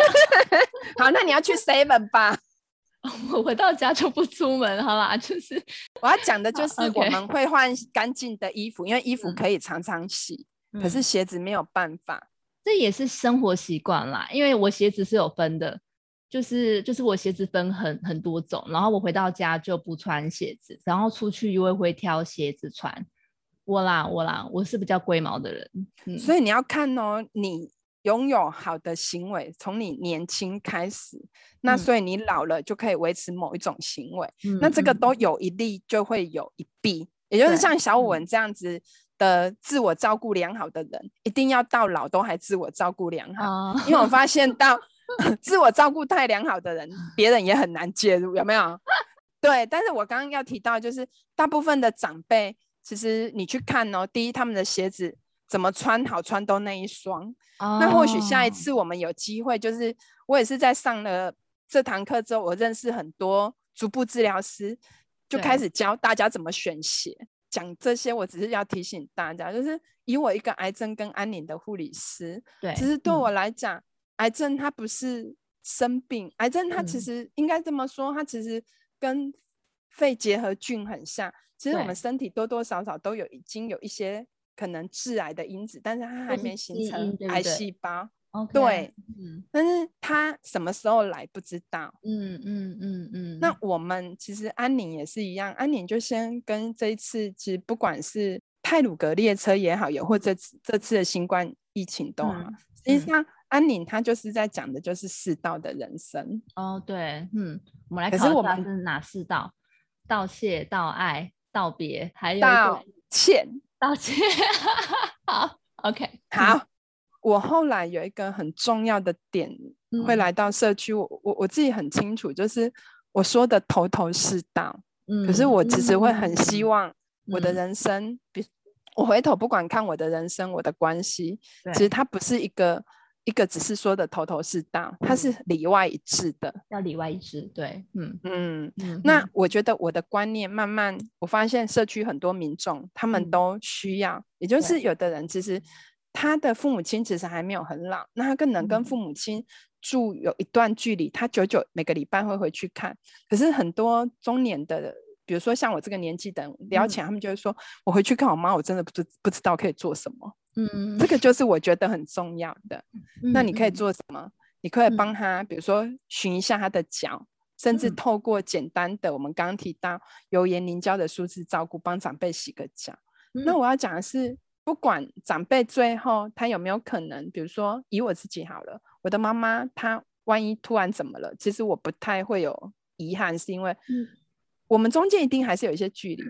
[SPEAKER 3] 好，那你要去 seven 吧。
[SPEAKER 2] 我回到家就不出门，好啦，就是
[SPEAKER 3] 我要讲的就是
[SPEAKER 2] 好
[SPEAKER 3] 我
[SPEAKER 2] ，OK
[SPEAKER 3] 们会换干净的衣服，因为衣服
[SPEAKER 2] 嗯
[SPEAKER 3] 可以常常洗，可
[SPEAKER 2] 嗯
[SPEAKER 3] 是鞋子没有办法。
[SPEAKER 2] 这也是生活习惯啦，因为我鞋子是有分的，就是就是我鞋子分很很多种，然后我回到家就不穿鞋子，然后出去又会挑鞋子穿。我啦我啦，我是比较龟毛的人，嗯，
[SPEAKER 3] 所以你要看哦，你拥有好的行为，从你年轻开始，那
[SPEAKER 2] 嗯
[SPEAKER 3] 所以你老了就可以维持某一种行为。
[SPEAKER 2] 以
[SPEAKER 3] 那这个都有一利就会有一弊，也就是
[SPEAKER 2] 嗯对
[SPEAKER 3] 像小
[SPEAKER 2] 嗯
[SPEAKER 3] 文这样子的自我照顾良好的人，一定要到老都还自我照顾良好。
[SPEAKER 2] 啊，
[SPEAKER 3] 因为我发现到 自我照顾太良好的人，别人也很难介入，有没有？对，但是我刚刚要提到，就是大部分的长辈，其实你去看哦，第一，他们的鞋子怎么穿好穿都那一双。
[SPEAKER 2] 那
[SPEAKER 3] 那或许
[SPEAKER 2] 哦
[SPEAKER 3] 下一次我们有机会，就是我也是在上了这堂课之后，我认识很多足部治疗师，就开
[SPEAKER 2] 对
[SPEAKER 3] 始教大家怎么选鞋。讲这些，我只是要提醒大家，就是以我一个癌症跟安宁的护理师，
[SPEAKER 2] 对，
[SPEAKER 3] 其实对
[SPEAKER 2] 嗯
[SPEAKER 3] 我来讲，癌症它不是生病，癌症它其
[SPEAKER 2] 嗯
[SPEAKER 3] 实应该这么说，它其实跟肺结核菌很像。其实我
[SPEAKER 2] 对
[SPEAKER 3] 们身体多多少少都有已经有一些可能致癌的因子，但是它还
[SPEAKER 2] 是
[SPEAKER 3] 没
[SPEAKER 2] 基
[SPEAKER 3] 形
[SPEAKER 2] 因
[SPEAKER 3] 成
[SPEAKER 2] 对不
[SPEAKER 3] 癌
[SPEAKER 2] 对
[SPEAKER 3] 细胞。
[SPEAKER 2] OK，
[SPEAKER 3] 对
[SPEAKER 2] 嗯
[SPEAKER 3] 但是它什么时候来不知道。
[SPEAKER 2] 嗯嗯嗯嗯，
[SPEAKER 3] 那我们其实安宁也是一样，安宁就先跟这一次，其实不管是泰鲁格列车也好，也或这次这次的新冠疫情都好，
[SPEAKER 2] 嗯
[SPEAKER 3] 实际
[SPEAKER 2] 嗯
[SPEAKER 3] 上安宁它就是在讲的就是世道的人生。
[SPEAKER 2] 哦对，嗯，我们来
[SPEAKER 3] 可
[SPEAKER 2] 考
[SPEAKER 3] 是
[SPEAKER 2] 一
[SPEAKER 3] 我
[SPEAKER 2] 下
[SPEAKER 3] 们
[SPEAKER 2] 是哪四道？道谢、道爱、道别，还有一
[SPEAKER 3] 道
[SPEAKER 2] 个
[SPEAKER 3] 歉，
[SPEAKER 2] 道歉。 好，OK，
[SPEAKER 3] 好，我后来有一个很重要的点会
[SPEAKER 2] 嗯
[SPEAKER 3] 来到社区，我我我自己很清楚，就是我说的头头是道，可是
[SPEAKER 2] 嗯
[SPEAKER 3] 我其实会很希
[SPEAKER 2] 嗯
[SPEAKER 3] 望我的
[SPEAKER 2] 嗯
[SPEAKER 3] 人生，比我回头不管看我的人生，我的关系，其
[SPEAKER 2] 对
[SPEAKER 3] 实它不是一个一个只是说的头头是道，它是里外一致的。
[SPEAKER 2] 要里外一致，对，嗯
[SPEAKER 3] 嗯，
[SPEAKER 2] 嗯，
[SPEAKER 3] 那我觉得我的观念慢慢，我发现社区很多民众他
[SPEAKER 2] 嗯
[SPEAKER 3] 们都需要，也就
[SPEAKER 2] 对
[SPEAKER 3] 是有的人其实他的父母亲其实还没有很老，那他更能跟
[SPEAKER 2] 嗯
[SPEAKER 3] 父母亲住有一段距离，他久久每个礼拜会回去看。可是很多中年的，比如说像我这个年纪的人聊
[SPEAKER 2] 嗯
[SPEAKER 3] 起来，他们就会说，我回去看我妈，我真的不知不知道可以做什么。
[SPEAKER 2] 嗯，
[SPEAKER 3] 这个就是我觉得很重要的。那
[SPEAKER 2] 嗯
[SPEAKER 3] 你可以
[SPEAKER 2] 嗯
[SPEAKER 3] 做什么？你可以
[SPEAKER 2] 嗯
[SPEAKER 3] 帮他，比如说寻一下他的脚，甚至
[SPEAKER 2] 嗯
[SPEAKER 3] 透过简单的我们刚刚提到油盐凝胶的舒适照顾，帮长辈洗个脚。那
[SPEAKER 2] 嗯
[SPEAKER 3] 我要讲的是，不管长辈最后他有没有可能，比如说以我自己好了，我的妈妈她万一突然怎么了，其实我不太会有遗憾，是因为
[SPEAKER 2] 嗯
[SPEAKER 3] 我们中间一定还是有一些距离。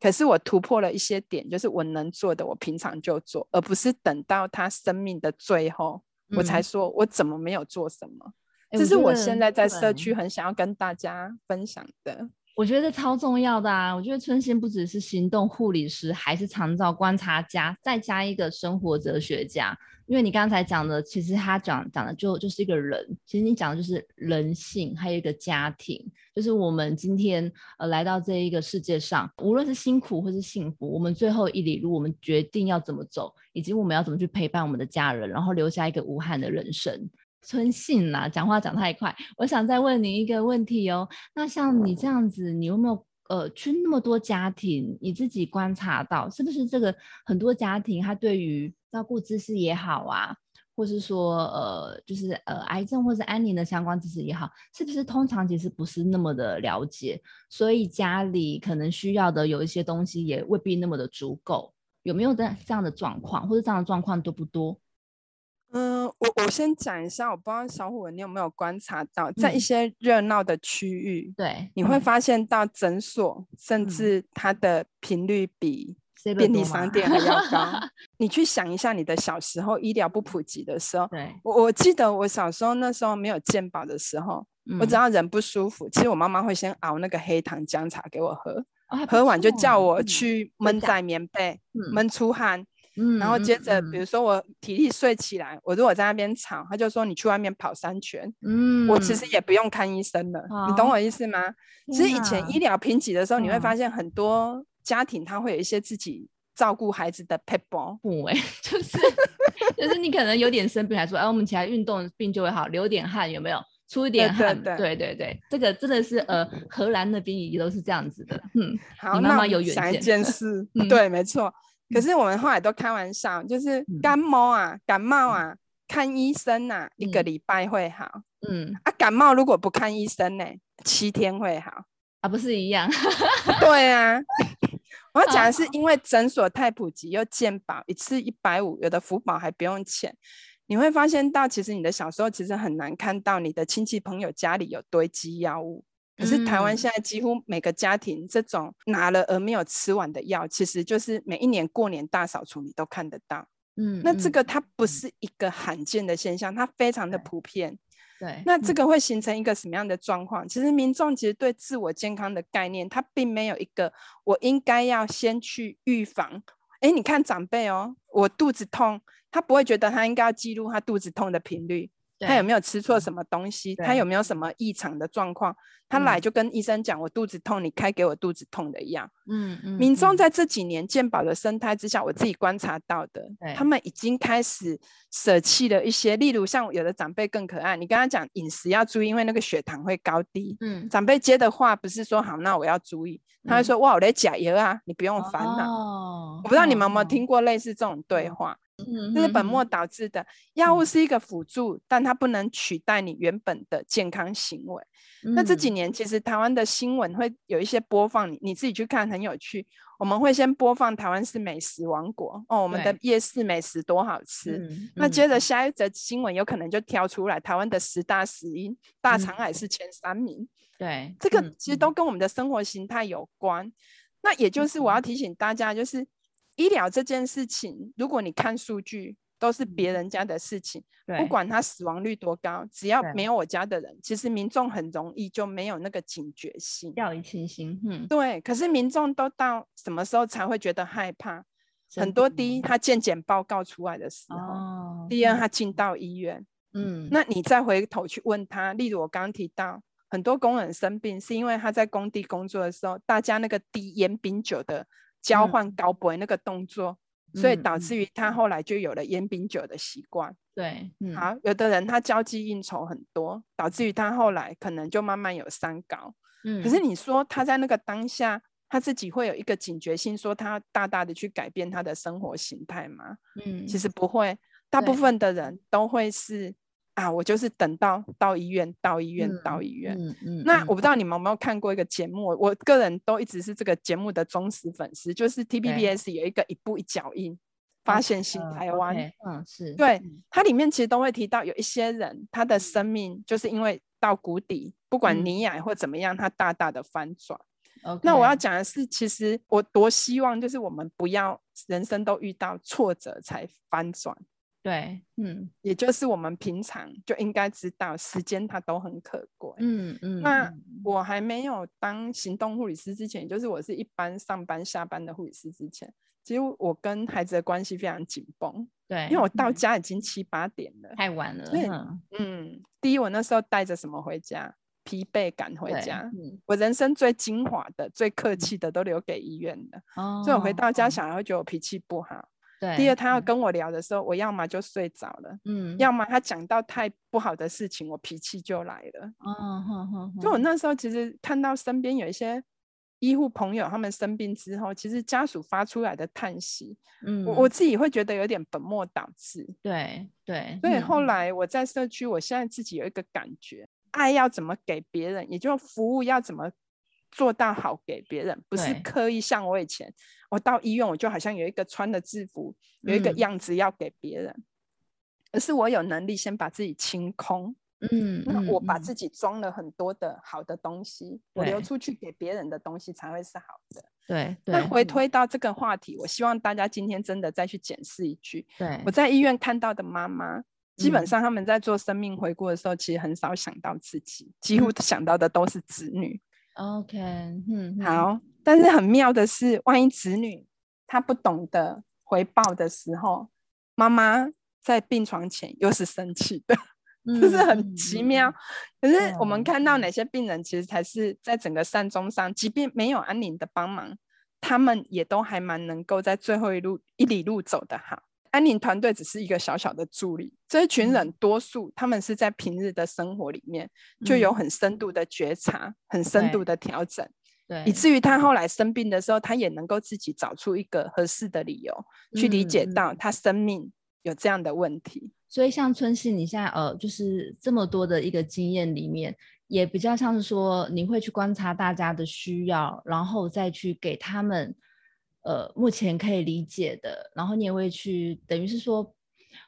[SPEAKER 3] 可是我突破了一些点，就是我能做的，我平常就做，而不是等到他生命的最后，我才
[SPEAKER 2] 嗯
[SPEAKER 3] 说我怎么没有做什么。
[SPEAKER 2] 哎
[SPEAKER 3] 这是
[SPEAKER 2] 觉
[SPEAKER 3] 我
[SPEAKER 2] 得
[SPEAKER 3] 现在在社
[SPEAKER 2] 对
[SPEAKER 3] 区很想要跟大家分享的。
[SPEAKER 2] 我觉得超重要的啊！我觉得春心不只是行动护理师，还是长照观察家，再加一个生活哲学家。因为你刚才讲的，其实他讲讲的就就是一个人，其实你讲的就是人性，还有一个家庭，就是我们今天呃来到这一个世界上，无论是辛苦或是幸福，我们最后一里路，我们决定要怎么走，以及我们要怎么去陪伴我们的家人，然后留下一个无憾的人生。春信啦、讲话讲太快，我想再问您一个问题哦。那像你这样子，你有没有呃去那么多家庭，你自己观察到，是不是这个很多家庭他对于照顾知识也好啊，或是说呃就是呃癌症或是安宁的相关知识也好，是不是通常其实不是那么的了解，所以家里可能需要的有一些东西也未必那么的足够，有没有这这样的状况，或者这样的状况多不多？
[SPEAKER 3] 嗯，我我先讲一下，我不知道小虎你有没有观察到，在一
[SPEAKER 2] 嗯
[SPEAKER 3] 些热闹的区域，
[SPEAKER 2] 对，
[SPEAKER 3] 你会发现到诊所甚
[SPEAKER 2] 嗯
[SPEAKER 3] 至它的频率比
[SPEAKER 2] 现
[SPEAKER 3] 便利商店还要 高。你去想一下，你的小时候医疗不普及的时候，
[SPEAKER 2] 对，
[SPEAKER 3] 我我记得我小时候那时候没有健保的时候，我
[SPEAKER 2] 嗯
[SPEAKER 3] 只要人不舒服，其实我妈妈会先熬那个黑糖姜茶给我喝，
[SPEAKER 2] 哦还不
[SPEAKER 3] 喝完就
[SPEAKER 2] 错
[SPEAKER 3] 叫我
[SPEAKER 2] 嗯
[SPEAKER 3] 去
[SPEAKER 2] 会
[SPEAKER 3] 闷
[SPEAKER 2] 这
[SPEAKER 3] 在棉被，
[SPEAKER 2] 嗯
[SPEAKER 3] 闷出汗，
[SPEAKER 2] 嗯
[SPEAKER 3] 然后接着，
[SPEAKER 2] 嗯
[SPEAKER 3] 比如说我体力睡起来，我如果在那边吵，他就说你去外面跑三圈，
[SPEAKER 2] 嗯，
[SPEAKER 3] 我其实也不用看医生了，你懂
[SPEAKER 2] 好
[SPEAKER 3] 我意思吗？其实以前医
[SPEAKER 2] 天
[SPEAKER 3] 疗贫瘠的时候，你会
[SPEAKER 2] 嗯
[SPEAKER 3] 发现很多家庭他会有一些自己照顾孩子的 p e b a l
[SPEAKER 2] 母哎、 就是就是你可能有点生病，还说哎，我们起来运动，病就会好，流点汗有没有？出一点
[SPEAKER 3] 对
[SPEAKER 2] 汗，
[SPEAKER 3] 对
[SPEAKER 2] 对对对这个真的是呃，荷兰那边也都是这样子的，嗯，
[SPEAKER 3] 好，
[SPEAKER 2] 你妈
[SPEAKER 3] 那
[SPEAKER 2] 妈
[SPEAKER 3] 我
[SPEAKER 2] 有远
[SPEAKER 3] 想一
[SPEAKER 2] 见
[SPEAKER 3] 件事，
[SPEAKER 2] 嗯
[SPEAKER 3] 对，没错。可
[SPEAKER 2] 嗯
[SPEAKER 3] 是我们后来都开玩笑，就是
[SPEAKER 2] 嗯
[SPEAKER 3] 感冒啊、感冒啊，看医生啊，一个
[SPEAKER 2] 嗯
[SPEAKER 3] 礼拜会好
[SPEAKER 2] 嗯
[SPEAKER 3] 啊。感冒如果不看医生呢，七天会好。
[SPEAKER 2] 啊，不是一样，
[SPEAKER 3] 对啊，我要
[SPEAKER 2] 好
[SPEAKER 3] 讲的是，因为诊所太普及，又健保一次一百五，有的福保还不用钱。你会发现到，其实你的小时候其实很难看到你的亲戚朋友家里有堆积药物。可是台湾
[SPEAKER 2] 嗯
[SPEAKER 3] 现在几乎每个家庭这种拿了而没有吃完的药，其实就是每一年过年大扫除你都看得到。
[SPEAKER 2] 嗯，
[SPEAKER 3] 那这
[SPEAKER 2] 嗯
[SPEAKER 3] 个它不
[SPEAKER 2] 嗯
[SPEAKER 3] 是一个罕见的现象，它非常的
[SPEAKER 2] 对
[SPEAKER 3] 普遍。
[SPEAKER 2] 对，
[SPEAKER 3] 那这
[SPEAKER 2] 嗯
[SPEAKER 3] 个会形成一个什么样的状况？其实民众其实对自我健康的概念，他并没有一个我应该要先去预防，哎，你看长辈哦，我肚子痛，他不会觉得他应该要记录他肚子痛的频率，
[SPEAKER 2] 嗯
[SPEAKER 3] 他有没有吃错什么东西，他
[SPEAKER 2] 对
[SPEAKER 3] 有没有什么异常的状况，他来
[SPEAKER 2] 嗯
[SPEAKER 3] 就跟医生讲我肚子痛，你开给我肚子痛的一样。
[SPEAKER 2] 嗯嗯，
[SPEAKER 3] 民众
[SPEAKER 2] 嗯
[SPEAKER 3] 在这几年健保的生态之下，我自己观察到的，
[SPEAKER 2] 对
[SPEAKER 3] 他们已经开始舍弃了一些，例如像有的长辈更可爱，你跟他讲饮食要注意，因为那个血糖会高低。
[SPEAKER 2] 嗯
[SPEAKER 3] 长辈接的话不是说好，那我要注意，他会
[SPEAKER 2] 嗯
[SPEAKER 3] 说、哇，我在假油啊，你不用烦恼。
[SPEAKER 2] 哦
[SPEAKER 3] 我不知道你们有没有
[SPEAKER 2] 哦
[SPEAKER 3] 听过类似这种对话，
[SPEAKER 2] 嗯
[SPEAKER 3] 这是
[SPEAKER 2] 嗯嗯
[SPEAKER 3] 本末倒置的。药物
[SPEAKER 2] 嗯
[SPEAKER 3] 是一个辅助，但它不能取代你原本的健康行为。那这
[SPEAKER 2] 嗯
[SPEAKER 3] 几年其实台湾的新闻会有一些播放，你你自己去看很有趣。我们会先播放台湾是美食王国哦，我们的
[SPEAKER 2] 对
[SPEAKER 3] 夜市美食多好吃。
[SPEAKER 2] 嗯
[SPEAKER 3] 那
[SPEAKER 2] 嗯
[SPEAKER 3] 接着下一则新闻有可能就挑出来台湾的十大死因，大
[SPEAKER 2] 嗯
[SPEAKER 3] 肠癌是前三名。
[SPEAKER 2] 对
[SPEAKER 3] 这个
[SPEAKER 2] 嗯
[SPEAKER 3] 其实
[SPEAKER 2] 嗯
[SPEAKER 3] 都跟我们的生活形态有关。那也就是我
[SPEAKER 2] 嗯
[SPEAKER 3] 要提醒大家，就是医疗这件事情，如果你看数据，都是
[SPEAKER 2] 嗯
[SPEAKER 3] 别人家的事情，不
[SPEAKER 2] 对
[SPEAKER 3] 管他死亡率多高，只要
[SPEAKER 2] 对
[SPEAKER 3] 没有我家的人，其实民众很容易就没有那个警觉性。
[SPEAKER 2] 掉以轻心，嗯，
[SPEAKER 3] 对，可是民众都到什么时候才会觉得害怕？很
[SPEAKER 2] 真
[SPEAKER 3] 多
[SPEAKER 2] 的
[SPEAKER 3] 第一，他健检报告出来的时候；
[SPEAKER 2] 哦，
[SPEAKER 3] 第二，
[SPEAKER 2] 嗯
[SPEAKER 3] 他进到医院。
[SPEAKER 2] 嗯
[SPEAKER 3] 那你再回头去问他，例如我刚刚提到，很多工人生病是因为他在工地工作的时候，大家那个滴烟丙酒的交
[SPEAKER 2] 嗯
[SPEAKER 3] 换高杯那个动作，所以
[SPEAKER 2] 嗯
[SPEAKER 3] 导
[SPEAKER 2] 嗯
[SPEAKER 3] 致于他后来就有了烟丙酒的习惯。
[SPEAKER 2] 对，嗯
[SPEAKER 3] 好，有的人他交际应酬很多，导致于他后来可能就慢慢有三高。
[SPEAKER 2] 嗯，
[SPEAKER 3] 可是你说他在那个当下。他自己会有一个警觉性，说他要大大的去改变他的生活形态吗？
[SPEAKER 2] 嗯，
[SPEAKER 3] 其实不会，大部
[SPEAKER 2] 对
[SPEAKER 3] 分的人都会是啊，我就是等到到医院，到医院，到医院。
[SPEAKER 2] 嗯嗯，
[SPEAKER 3] 那
[SPEAKER 2] 嗯
[SPEAKER 3] 我不知道你们有没有看过一个节目，我我个人都一直是这个节目的忠实粉丝，就是 TBBS 有一个一步一脚印，发现新
[SPEAKER 2] 呃
[SPEAKER 3] 台湾。
[SPEAKER 2] ，OK，嗯是，
[SPEAKER 3] 对
[SPEAKER 2] 嗯
[SPEAKER 3] 它里面其实都会提到有一些人，他的生命就是因为到谷底，不管
[SPEAKER 2] 嗯
[SPEAKER 3] 你矮或怎么样，他大大的翻转。
[SPEAKER 2] ，OK，
[SPEAKER 3] 那我要讲的是，其实我多希望就是我们不要人生都遇到挫折才翻转。
[SPEAKER 2] 对，嗯
[SPEAKER 3] 也就是我们平常就应该知道，时间它都很可贵。
[SPEAKER 2] 嗯嗯，
[SPEAKER 3] 那
[SPEAKER 2] 嗯
[SPEAKER 3] 我还没有当行动护理师之前，也就是我是一般上班下班的护理师之前，其实我跟孩子的关系非常紧绷，
[SPEAKER 2] 对，
[SPEAKER 3] 因为我到
[SPEAKER 2] 嗯
[SPEAKER 3] 家已经七八点了。
[SPEAKER 2] 太晚了，
[SPEAKER 3] 对
[SPEAKER 2] 嗯
[SPEAKER 3] 嗯，第一，我那时候带着什么回家？疲惫感回
[SPEAKER 2] 对
[SPEAKER 3] 家。
[SPEAKER 2] 嗯
[SPEAKER 3] 我人生最精华的、最客气的都留给医院了，
[SPEAKER 2] 哦，
[SPEAKER 3] 所以我回到家，
[SPEAKER 2] 哦
[SPEAKER 3] 小孩会觉得我脾气不好。
[SPEAKER 2] 对，
[SPEAKER 3] 第二，他要
[SPEAKER 2] 嗯
[SPEAKER 3] 跟我聊的时候，我要么就睡着了，
[SPEAKER 2] 嗯，
[SPEAKER 3] 要么他讲到太不好的事情，我脾气就来了。
[SPEAKER 2] 哦，哼哼
[SPEAKER 3] 就我
[SPEAKER 2] 哼
[SPEAKER 3] 那时候其实看到身边有一些医护朋友，他们生病之后，其实家属发出来的叹息，
[SPEAKER 2] 嗯，
[SPEAKER 3] 我我自己会觉得有点本末倒置。
[SPEAKER 2] 对对，
[SPEAKER 3] 所以后
[SPEAKER 2] 嗯
[SPEAKER 3] 来我在社区，我现在自己有一个感觉，爱要怎么给别人，也就是服务要怎么。做到好给别人，不是
[SPEAKER 2] 对
[SPEAKER 3] 刻意像我以前，我到医院我就好像有一个穿的制服，有一个
[SPEAKER 2] 嗯
[SPEAKER 3] 样子要给别人，而是我有能力先把自己清空，
[SPEAKER 2] 嗯，
[SPEAKER 3] 那
[SPEAKER 2] 嗯
[SPEAKER 3] 我把
[SPEAKER 2] 嗯
[SPEAKER 3] 自己装了很多的好的东西，我流
[SPEAKER 2] 对
[SPEAKER 3] 出去给别人的东西才会是好的。
[SPEAKER 2] 对对
[SPEAKER 3] 那回
[SPEAKER 2] 嗯
[SPEAKER 3] 推到这个话题，我希望大家今天真的再去检视一句，
[SPEAKER 2] 对
[SPEAKER 3] 我在医院看到的妈妈。基本
[SPEAKER 2] 嗯
[SPEAKER 3] 上他们在做生命回顾的时候，其实很少想到自己，
[SPEAKER 2] 嗯
[SPEAKER 3] 几乎想到的都是子女。
[SPEAKER 2] OK，嗯，嗯，
[SPEAKER 3] 好，但是很妙的是，万一子女他不懂得回报的时候，妈妈在病床前又是生气的。
[SPEAKER 2] 嗯
[SPEAKER 3] 就是很奇妙。。可是我们
[SPEAKER 2] 嗯
[SPEAKER 3] 看到哪些病人，其实才是在整个善终上，即便没有安宁的帮忙，他们也都还蛮能够在最后一路一里路走得好。安宁团队只是一个小小的助力，这一群
[SPEAKER 2] 嗯
[SPEAKER 3] 人多数他们是在平日的生活里面就有
[SPEAKER 2] 嗯
[SPEAKER 3] 很深度的觉察、很深度
[SPEAKER 2] 对
[SPEAKER 3] 的调整，
[SPEAKER 2] 对，
[SPEAKER 3] 以至于他后来生病的时候，他也能够自己找出一个合适的理由去理
[SPEAKER 2] 嗯
[SPEAKER 3] 解
[SPEAKER 2] 嗯
[SPEAKER 3] 到他生命有这样的问题。
[SPEAKER 2] 所以像春熙，你现在呃，就是这么多的一个经验里面，也比较像是说，你会去观察大家的需要，然后再去给他们呃目前可以理解的，然后你也会去，等于是说。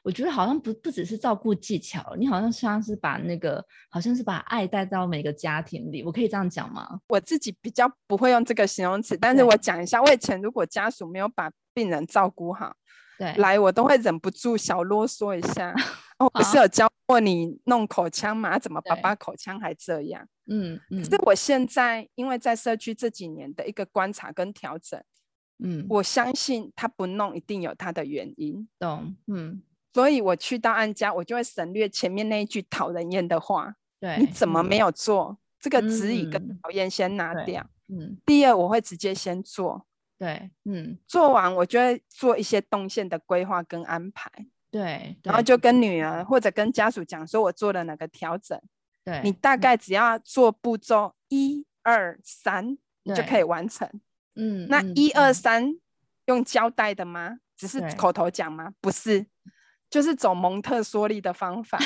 [SPEAKER 2] 我觉得好像不不只是照顾技巧，你好像像是把那个，好像是把爱带到每个家庭里，我可以这样讲吗？
[SPEAKER 3] 我自己比较不会用这个形容词，但是
[SPEAKER 2] 对
[SPEAKER 3] 我讲一下，我以前如果家属没有把病人照顾好，
[SPEAKER 2] 对，
[SPEAKER 3] 来我都会忍不住小啰嗦一 下。哦，不是有教过你弄口腔吗？啊怎么爸
[SPEAKER 2] 啊对
[SPEAKER 3] 爸口腔还这样？
[SPEAKER 2] 嗯嗯
[SPEAKER 3] 可，是我现在因为在社区这几年的一个观察跟调整，
[SPEAKER 2] 嗯，
[SPEAKER 3] 我相信他不弄一定有他的原因。
[SPEAKER 2] 懂，嗯，
[SPEAKER 3] 所以我去到案家，我就会省略前面那一句讨人厌的话：
[SPEAKER 2] 对，
[SPEAKER 3] 你怎么没有做？这个指引跟
[SPEAKER 2] 嗯
[SPEAKER 3] 讨厌先拿
[SPEAKER 2] 对
[SPEAKER 3] 掉。
[SPEAKER 2] 嗯，
[SPEAKER 3] 第二，我会直接先做，
[SPEAKER 2] 对，嗯，
[SPEAKER 3] 做完我就会做一些动线的规划跟安排，
[SPEAKER 2] 对，
[SPEAKER 3] 然后
[SPEAKER 2] 对
[SPEAKER 3] 就跟女儿或者跟家属讲说，我做了哪个调整。
[SPEAKER 2] 对嗯
[SPEAKER 3] 你大概只要做步骤一二三，你就可
[SPEAKER 2] 对
[SPEAKER 3] 以完成。
[SPEAKER 2] 嗯，
[SPEAKER 3] 那
[SPEAKER 2] 嗯
[SPEAKER 3] 一二
[SPEAKER 2] 嗯
[SPEAKER 3] 三用胶带的吗？只是
[SPEAKER 2] 对
[SPEAKER 3] 口头讲吗？不是，就是走蒙特梭利的方法。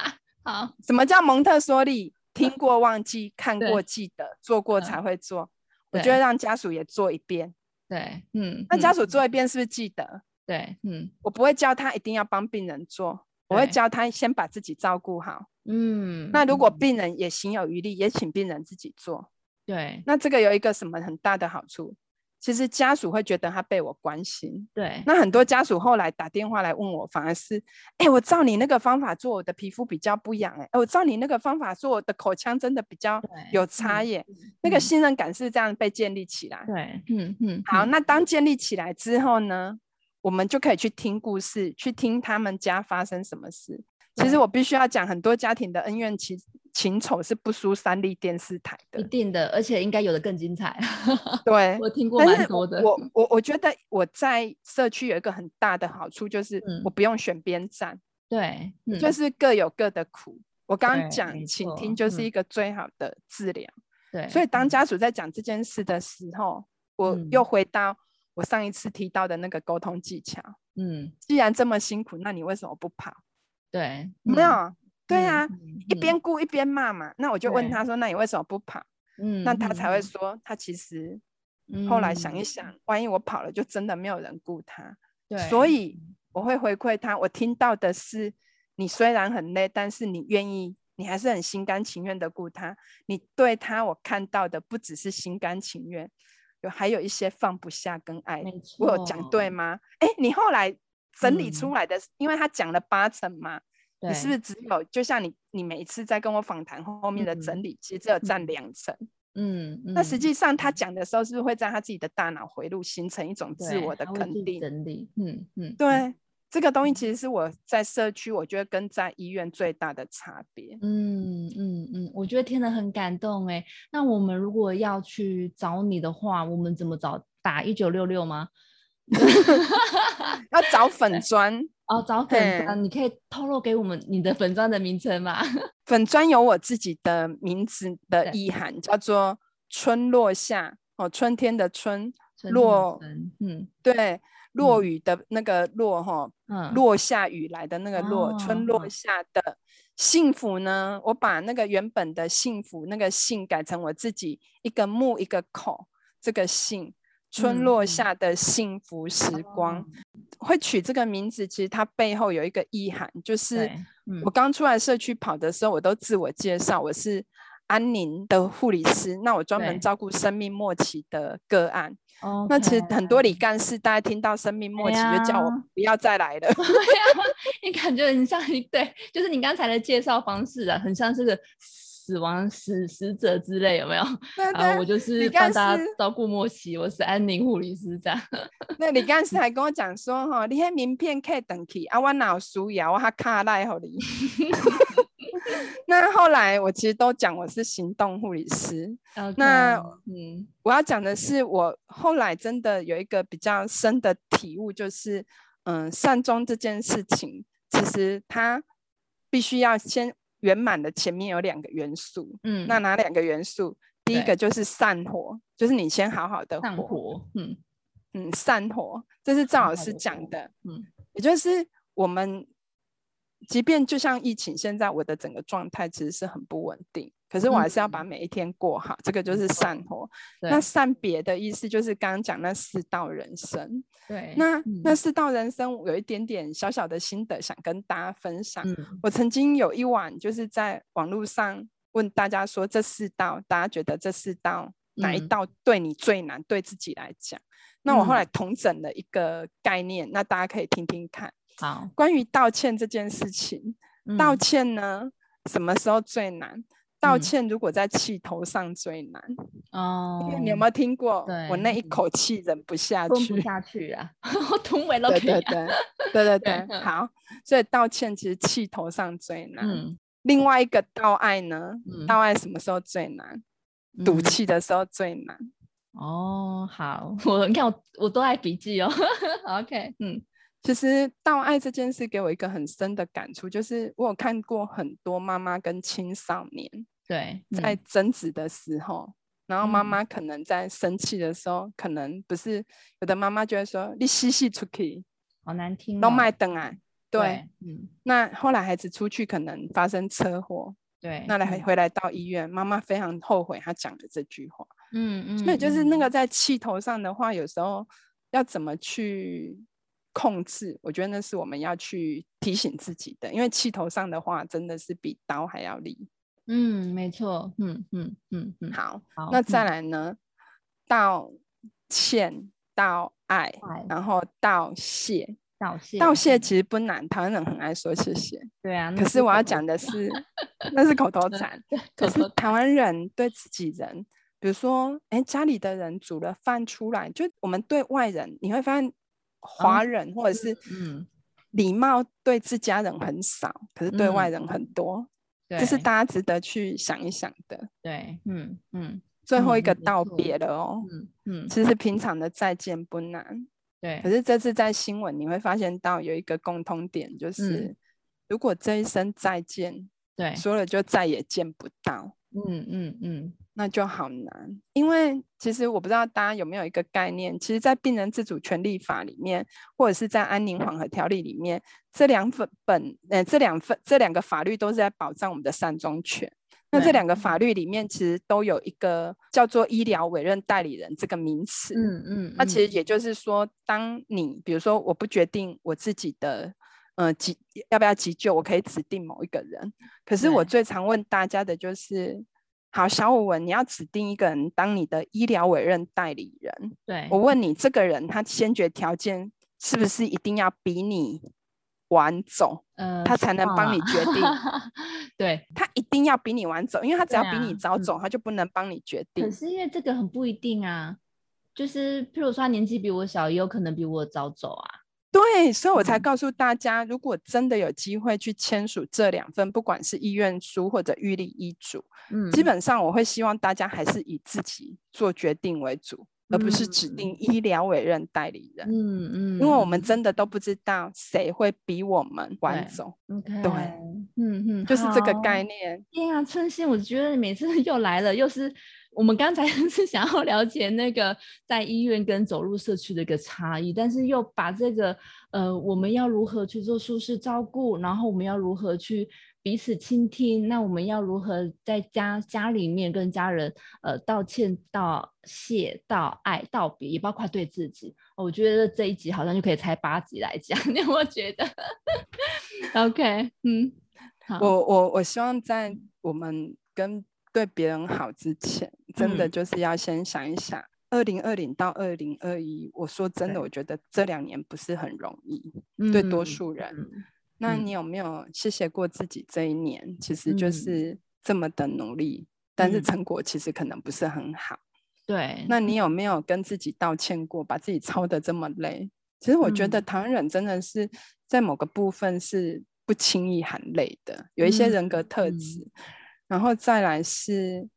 [SPEAKER 2] 好，
[SPEAKER 3] 什么叫蒙特梭利？听过忘记，看
[SPEAKER 2] 对
[SPEAKER 3] 过记得，做过
[SPEAKER 2] 嗯
[SPEAKER 3] 才会做。我
[SPEAKER 2] 对
[SPEAKER 3] 觉得让家属也做一遍，
[SPEAKER 2] 对，嗯，
[SPEAKER 3] 那家
[SPEAKER 2] 嗯
[SPEAKER 3] 属做一遍是不是记得？
[SPEAKER 2] 对，嗯
[SPEAKER 3] 我不会教他一定要帮病人做，我会
[SPEAKER 2] 对
[SPEAKER 3] 教他先把自己照顾好。
[SPEAKER 2] 嗯，
[SPEAKER 3] 那如果
[SPEAKER 2] 嗯
[SPEAKER 3] 病人也行有余力，也请病人自己做。
[SPEAKER 2] 对
[SPEAKER 3] 那这个有一个什么很大的好处？其实家属会觉得他被我关心。
[SPEAKER 2] 对
[SPEAKER 3] 那很多家属后来打电话来问我，反而是，哎、我照你那个方法做，我的皮肤比较不痒、欸，哎，我照你那个方法做，我的口腔真的比较
[SPEAKER 2] 对
[SPEAKER 3] 有差
[SPEAKER 2] 嗯
[SPEAKER 3] 耶。那个
[SPEAKER 2] 嗯
[SPEAKER 3] 信任感是这样被建立起来。
[SPEAKER 2] 对，嗯嗯，
[SPEAKER 3] 好，
[SPEAKER 2] 嗯
[SPEAKER 3] 那当建立起来之后呢，我们就可以去听故事，去听他们家发生什么事。其实
[SPEAKER 2] 对
[SPEAKER 3] 我必须要讲，很多家庭的恩怨情情仇是不输三立电视台的
[SPEAKER 2] 一。定的，而且应该有的更精 彩。
[SPEAKER 3] 对，
[SPEAKER 2] 我听过
[SPEAKER 3] 但
[SPEAKER 2] 蛮
[SPEAKER 3] 是
[SPEAKER 2] 多
[SPEAKER 3] 我
[SPEAKER 2] 的，
[SPEAKER 3] 我我我觉得我在社区有一个很大的好处，就是
[SPEAKER 2] 嗯
[SPEAKER 3] 我不用选边站，
[SPEAKER 2] 对，嗯
[SPEAKER 3] 就是各有各的苦。我刚
[SPEAKER 2] 对
[SPEAKER 3] 刚
[SPEAKER 2] 没
[SPEAKER 3] 讲倾听
[SPEAKER 2] 错
[SPEAKER 3] 就是
[SPEAKER 2] 嗯
[SPEAKER 3] 一个最好的治疗，
[SPEAKER 2] 对，
[SPEAKER 3] 所以当
[SPEAKER 2] 嗯
[SPEAKER 3] 家属在讲这件事的时候，我
[SPEAKER 2] 嗯
[SPEAKER 3] 又回到我上一次提到的那个沟通技巧。
[SPEAKER 2] 嗯
[SPEAKER 3] 既然这么辛苦，那你为什么不跑？
[SPEAKER 2] 对，
[SPEAKER 3] 有没
[SPEAKER 2] 嗯
[SPEAKER 3] 有，对啊，，
[SPEAKER 2] 嗯
[SPEAKER 3] 一边顾一边骂嘛。那我就问
[SPEAKER 2] 对
[SPEAKER 3] 他说：“那你为什么不跑？”
[SPEAKER 2] 嗯，
[SPEAKER 3] 那他才会
[SPEAKER 2] 嗯
[SPEAKER 3] 说，他其实
[SPEAKER 2] 嗯
[SPEAKER 3] 后来想一
[SPEAKER 2] 嗯
[SPEAKER 3] 想，万一我跑了，就真的没有人顾他。
[SPEAKER 2] 对，
[SPEAKER 3] 所以我会回馈他，我听到的是，你虽然很累，但是你愿意，你还是很心甘情愿的顾他。你对他，我看到的不只是心甘情愿，有还有一些放不下跟爱。
[SPEAKER 2] 没
[SPEAKER 3] 我有讲对
[SPEAKER 2] 错，
[SPEAKER 3] 吗？哎，你后来整理
[SPEAKER 2] 哦嗯
[SPEAKER 3] 出来的，因为他讲了八成嘛，你是不
[SPEAKER 2] 对
[SPEAKER 3] 是只有就像你你每一次在跟我访谈后面的整理，其实只有占
[SPEAKER 2] 嗯
[SPEAKER 3] 两成。
[SPEAKER 2] 嗯，
[SPEAKER 3] 那实
[SPEAKER 2] 嗯
[SPEAKER 3] 际上他讲的时候，是不是会在他自己的大脑回路形成一种自
[SPEAKER 2] 对
[SPEAKER 3] 我的
[SPEAKER 2] 他会
[SPEAKER 3] 肯
[SPEAKER 2] 去
[SPEAKER 3] 定？
[SPEAKER 2] 整理，嗯嗯，
[SPEAKER 3] 对，这个东西其实是我在社区，我觉得跟在医院最大的差别。
[SPEAKER 2] 嗯嗯嗯，我觉得听得很感动哎。那我们如果要去找你的话，我们怎么找？打一九六六吗？
[SPEAKER 3] 要找粉砖，
[SPEAKER 2] 哦，找粉
[SPEAKER 3] 嘿
[SPEAKER 2] 砖，你可以透露给我们你的粉砖的名称吗？
[SPEAKER 3] 粉砖有我自己的名字的
[SPEAKER 2] 对
[SPEAKER 3] 意涵，叫做“春落下”哦，春天的春，
[SPEAKER 2] 春天的
[SPEAKER 3] 落
[SPEAKER 2] 春嗯
[SPEAKER 3] 对，落
[SPEAKER 2] 嗯
[SPEAKER 3] 雨的那个落哈，
[SPEAKER 2] 嗯，
[SPEAKER 3] 落下雨来的那个落，春
[SPEAKER 2] 哦
[SPEAKER 3] 落下的幸福呢？我把那个原本的幸福那个幸改成我自己一个木一个口这个幸，
[SPEAKER 2] 嗯
[SPEAKER 3] 春落
[SPEAKER 2] 嗯
[SPEAKER 3] 下的幸福时光。
[SPEAKER 2] 哦
[SPEAKER 3] 会取这个名字，其实它背后有一个意涵，就是
[SPEAKER 2] 对，嗯
[SPEAKER 3] 我刚出来社区跑的时候，我都自我介绍我是安宁的护理师，那我专
[SPEAKER 2] 对
[SPEAKER 3] 门照顾生命末期的个案。那
[SPEAKER 2] OK
[SPEAKER 3] 其实很多理干事，大家听到生命末期就叫我
[SPEAKER 2] 呀
[SPEAKER 3] 不要再来了。
[SPEAKER 2] 对啊，你 感觉很像一对，就是你刚才的介绍方式啊，很像是个死亡死死者之类，有 没有？
[SPEAKER 3] 对
[SPEAKER 2] 啊，我
[SPEAKER 3] 对，
[SPEAKER 2] 就是
[SPEAKER 3] 你
[SPEAKER 2] 帮
[SPEAKER 3] 看
[SPEAKER 2] 大家
[SPEAKER 3] 是
[SPEAKER 2] 照顾莫奇，我是安宁护理师这样。
[SPEAKER 3] 那李干事还跟我讲说，哈，你迄名片可以等去啊，我哪有需要，我还卡赖好你。 那后来我其实都讲我是行动护理师，那
[SPEAKER 2] OK，嗯，
[SPEAKER 3] 我要讲的是，我后来真的有一个比较深的体悟，就是，嗯，善终这件事情，其实它必须要先圆满的前面有两个元素，
[SPEAKER 2] 嗯，
[SPEAKER 3] 那哪两个元素？第一
[SPEAKER 2] 对
[SPEAKER 3] 个就是散活，就是你先好好的
[SPEAKER 2] 上火，嗯
[SPEAKER 3] 嗯，散活，这是赵
[SPEAKER 2] 好好
[SPEAKER 3] 老师
[SPEAKER 2] 地
[SPEAKER 3] 讲
[SPEAKER 2] 活
[SPEAKER 3] 的，
[SPEAKER 2] 嗯，
[SPEAKER 3] 也就是我们，即便就像疫情，现在我的整个状态其实是很不稳定，可是我还是要把每一天过好，这个就是散活。那
[SPEAKER 2] 嗯对
[SPEAKER 3] 散别的意思就是刚刚讲那四道人生，
[SPEAKER 2] 对，
[SPEAKER 3] 那、那
[SPEAKER 2] 嗯
[SPEAKER 3] 四道人生我有一点点小小的心得想跟大家分享。
[SPEAKER 2] 嗯
[SPEAKER 3] 我曾经有一晚就是在网络上问大家说，这四道大家觉得这四道哪一
[SPEAKER 2] 嗯
[SPEAKER 3] 道对你最难，对自己来讲？那我后来
[SPEAKER 2] 嗯
[SPEAKER 3] 统整了一个概念，那大家可以听听看。
[SPEAKER 2] 好
[SPEAKER 3] 关于道歉这件事情，道
[SPEAKER 2] 嗯
[SPEAKER 3] 歉呢，什么时候最难？道
[SPEAKER 2] 嗯
[SPEAKER 3] 歉如果在气头上最难，
[SPEAKER 2] 哦
[SPEAKER 3] 因为你有没有听过？
[SPEAKER 2] 对
[SPEAKER 3] 我那一口气忍不下
[SPEAKER 2] 吞不
[SPEAKER 3] 去。
[SPEAKER 2] 下去啊？ 我吞尾都
[SPEAKER 3] 对
[SPEAKER 2] 可以
[SPEAKER 3] 对
[SPEAKER 2] 啊。
[SPEAKER 3] 对对对对，
[SPEAKER 2] 嗯
[SPEAKER 3] 好，所以道歉其实气头上最难。
[SPEAKER 2] 嗯
[SPEAKER 3] 另外一个道爱呢，
[SPEAKER 2] 嗯
[SPEAKER 3] 道爱什么时候最难？赌
[SPEAKER 2] 嗯
[SPEAKER 3] 气的时候最难。
[SPEAKER 2] 哦，好， 我你看我我都爱笔记哦。OK，嗯
[SPEAKER 3] 其实道爱这件事给我一个很深的感触，就是我有看过很多妈妈跟青少年
[SPEAKER 2] 对，
[SPEAKER 3] 在
[SPEAKER 2] 嗯
[SPEAKER 3] 争执的时候，然后妈
[SPEAKER 2] 嗯
[SPEAKER 3] 妈可能在生气的时候，可能不是有的妈妈就会说你洗洗出去，
[SPEAKER 2] 好难听
[SPEAKER 3] 都
[SPEAKER 2] 哦。
[SPEAKER 3] 卖等啊。对，
[SPEAKER 2] 对，嗯
[SPEAKER 3] 那后来孩子出去可能发生车祸，
[SPEAKER 2] 对，
[SPEAKER 3] 那来
[SPEAKER 2] 嗯
[SPEAKER 3] 回来到医院，妈妈非常后悔她讲的这句话。
[SPEAKER 2] 嗯嗯，
[SPEAKER 3] 所以就是那
[SPEAKER 2] 嗯
[SPEAKER 3] 个在气头上的话，有时候要怎么去控制，我觉得那是我们要去提醒自己的，因为气头上的话真的是比刀还要利。
[SPEAKER 2] 嗯，没错，嗯嗯嗯嗯，
[SPEAKER 3] 好，
[SPEAKER 2] 好，
[SPEAKER 3] 那再
[SPEAKER 2] 嗯
[SPEAKER 3] 来呢，道歉、道爱，
[SPEAKER 2] 爱
[SPEAKER 3] 然后道谢。
[SPEAKER 2] 嗯道谢，嗯
[SPEAKER 3] 道谢其实不难，台湾人很爱说谢谢。
[SPEAKER 2] 对啊，那
[SPEAKER 3] 可是我要
[SPEAKER 2] 什么
[SPEAKER 3] 讲的是，那是口头禅。可
[SPEAKER 2] 口
[SPEAKER 3] 是
[SPEAKER 2] 头
[SPEAKER 3] 台湾人对自己人，比如说，哎，家里的人煮了饭出来，就我们对外人，你会发现华人或者是
[SPEAKER 2] 哦嗯
[SPEAKER 3] 礼貌对自家人很少，可是对外
[SPEAKER 2] 嗯
[SPEAKER 3] 人很多，
[SPEAKER 2] 对，
[SPEAKER 3] 这是大家值得去想一想的。
[SPEAKER 2] 对，嗯嗯
[SPEAKER 3] 最后一
[SPEAKER 2] 嗯
[SPEAKER 3] 个
[SPEAKER 2] 没
[SPEAKER 3] 道
[SPEAKER 2] 错
[SPEAKER 3] 别了哦，
[SPEAKER 2] 嗯嗯，
[SPEAKER 3] 其实平常的再见不难，
[SPEAKER 2] 对
[SPEAKER 3] 可，是这次在新闻你会发现到有一个共通点，
[SPEAKER 2] 嗯
[SPEAKER 3] 就是、如果这一生再见，
[SPEAKER 2] 对，
[SPEAKER 3] 说了就再也见不到。
[SPEAKER 2] 嗯嗯嗯，
[SPEAKER 3] 那就好难，因为其实我不知道大家有没有一个概念，其实，在《病人自主权利法》里面，或者是在《安宁缓和条例》里面，这两份本呃这两份这两个法律都是在保障我们的善终权。那这
[SPEAKER 2] 对
[SPEAKER 3] 两个法律里面，其实都有一个叫做医疗委任代理人这个名词。
[SPEAKER 2] 嗯嗯，
[SPEAKER 3] 那其
[SPEAKER 2] 嗯
[SPEAKER 3] 实也就是说，当你比如说我不决定我自己的呃急要不要急救，我可以指定某一个人。可是我
[SPEAKER 2] 对
[SPEAKER 3] 最常问大家的就是，好，小武文，你要指定一个人当你的医疗委任代理人。
[SPEAKER 2] 嗯对，
[SPEAKER 3] 我问你，这个人他先决条件是不是一定要比你晚走？
[SPEAKER 2] 呃，
[SPEAKER 3] 他
[SPEAKER 2] 希
[SPEAKER 3] 才能
[SPEAKER 2] 望
[SPEAKER 3] 帮
[SPEAKER 2] 啦
[SPEAKER 3] 你决 定
[SPEAKER 2] 对，
[SPEAKER 3] 他一定要比你晚走，因为他只
[SPEAKER 2] 对
[SPEAKER 3] 要比你
[SPEAKER 2] 啊
[SPEAKER 3] 早
[SPEAKER 2] 嗯
[SPEAKER 3] 走，他就不能帮你决定
[SPEAKER 2] 可。是因为这个很不一定啊，就是譬如说他年纪比我小，也有可能比我早走啊。
[SPEAKER 3] 对，所以我才
[SPEAKER 2] 嗯
[SPEAKER 3] 告诉大家，如果真的有机会去签署这两份，不管是意愿书或者预立医嘱，
[SPEAKER 2] 嗯，
[SPEAKER 3] 基本上我会希望大家还是以自己做决定为主，而不是指
[SPEAKER 2] 嗯
[SPEAKER 3] 定医疗委任代理人，
[SPEAKER 2] 嗯嗯，
[SPEAKER 3] 因为我们
[SPEAKER 2] 嗯
[SPEAKER 3] 真的都不知道谁会比我们晚
[SPEAKER 2] 对
[SPEAKER 3] 走，
[SPEAKER 2] OK，
[SPEAKER 3] 对
[SPEAKER 2] 嗯嗯，
[SPEAKER 3] 就是这个
[SPEAKER 2] 好
[SPEAKER 3] 概念。
[SPEAKER 2] 天啊，春心，我觉得你每次 又来了，又是我们刚才 是想要了解那个在医院跟走入社区的一个差异，但是又把这个呃，我们要如何去做舒适照顾，然后我们要如何去彼此倾听，那我们要如何在家家里面跟家人呃道歉、道谢、道爱、道别，也包括对自己。哦我觉得这一集好像就可以拆八集来讲， 你有没有觉得？OK，嗯，好，
[SPEAKER 3] 我我我希望在我们跟对别人好之前，真的
[SPEAKER 2] 嗯
[SPEAKER 3] 就是要先想一想。二零二零到二零二一，我说真的，
[SPEAKER 2] 对
[SPEAKER 3] 我觉得这两年不是很容易，对多
[SPEAKER 2] 嗯
[SPEAKER 3] 数人。
[SPEAKER 2] 嗯
[SPEAKER 3] 那
[SPEAKER 2] 嗯
[SPEAKER 3] 你有没有谢谢过自己这一年？其实就
[SPEAKER 2] 嗯
[SPEAKER 3] 是这么的努力，但是
[SPEAKER 2] 嗯
[SPEAKER 3] 成果其实可能不是很好。
[SPEAKER 2] 对，
[SPEAKER 3] 那你有没有跟自己道歉过，把自己操得这么累？其实我觉
[SPEAKER 2] 嗯
[SPEAKER 3] 得台湾人真的是在某个部分是不轻易含泪的，有一些人格特
[SPEAKER 2] 嗯
[SPEAKER 3] 质。然后再来是，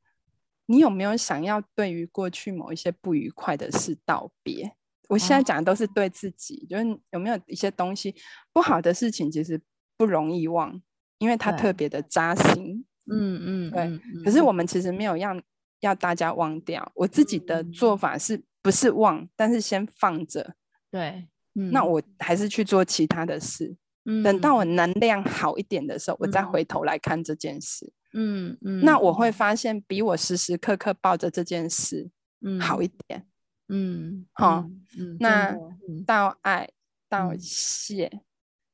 [SPEAKER 3] 你有没有想要对于过去某一些不愉快的事道别？我现在
[SPEAKER 2] 哦
[SPEAKER 3] 讲的都是对自己，就是有没有一些东西不好的事情，其实不容易忘，因为它
[SPEAKER 2] 对
[SPEAKER 3] 特别的扎心。
[SPEAKER 2] 嗯嗯，
[SPEAKER 3] 对
[SPEAKER 2] 嗯，
[SPEAKER 3] 可是
[SPEAKER 2] 嗯
[SPEAKER 3] 我们其实没有要要大家忘掉，我自己的做
[SPEAKER 2] 嗯
[SPEAKER 3] 法是不是忘，但是先放着，
[SPEAKER 2] 对，嗯
[SPEAKER 3] 那我还是去做其他的事，等到我能量好一点的时候，我再
[SPEAKER 2] 嗯
[SPEAKER 3] 回头来看这件事，
[SPEAKER 2] 嗯嗯，
[SPEAKER 3] 那我会发现比我时时刻刻抱着这件事
[SPEAKER 2] 嗯
[SPEAKER 3] 好一点，
[SPEAKER 2] 嗯
[SPEAKER 3] 好
[SPEAKER 2] 嗯嗯真
[SPEAKER 3] 那
[SPEAKER 2] 的嗯
[SPEAKER 3] 道爱道
[SPEAKER 2] 嗯
[SPEAKER 3] 谢。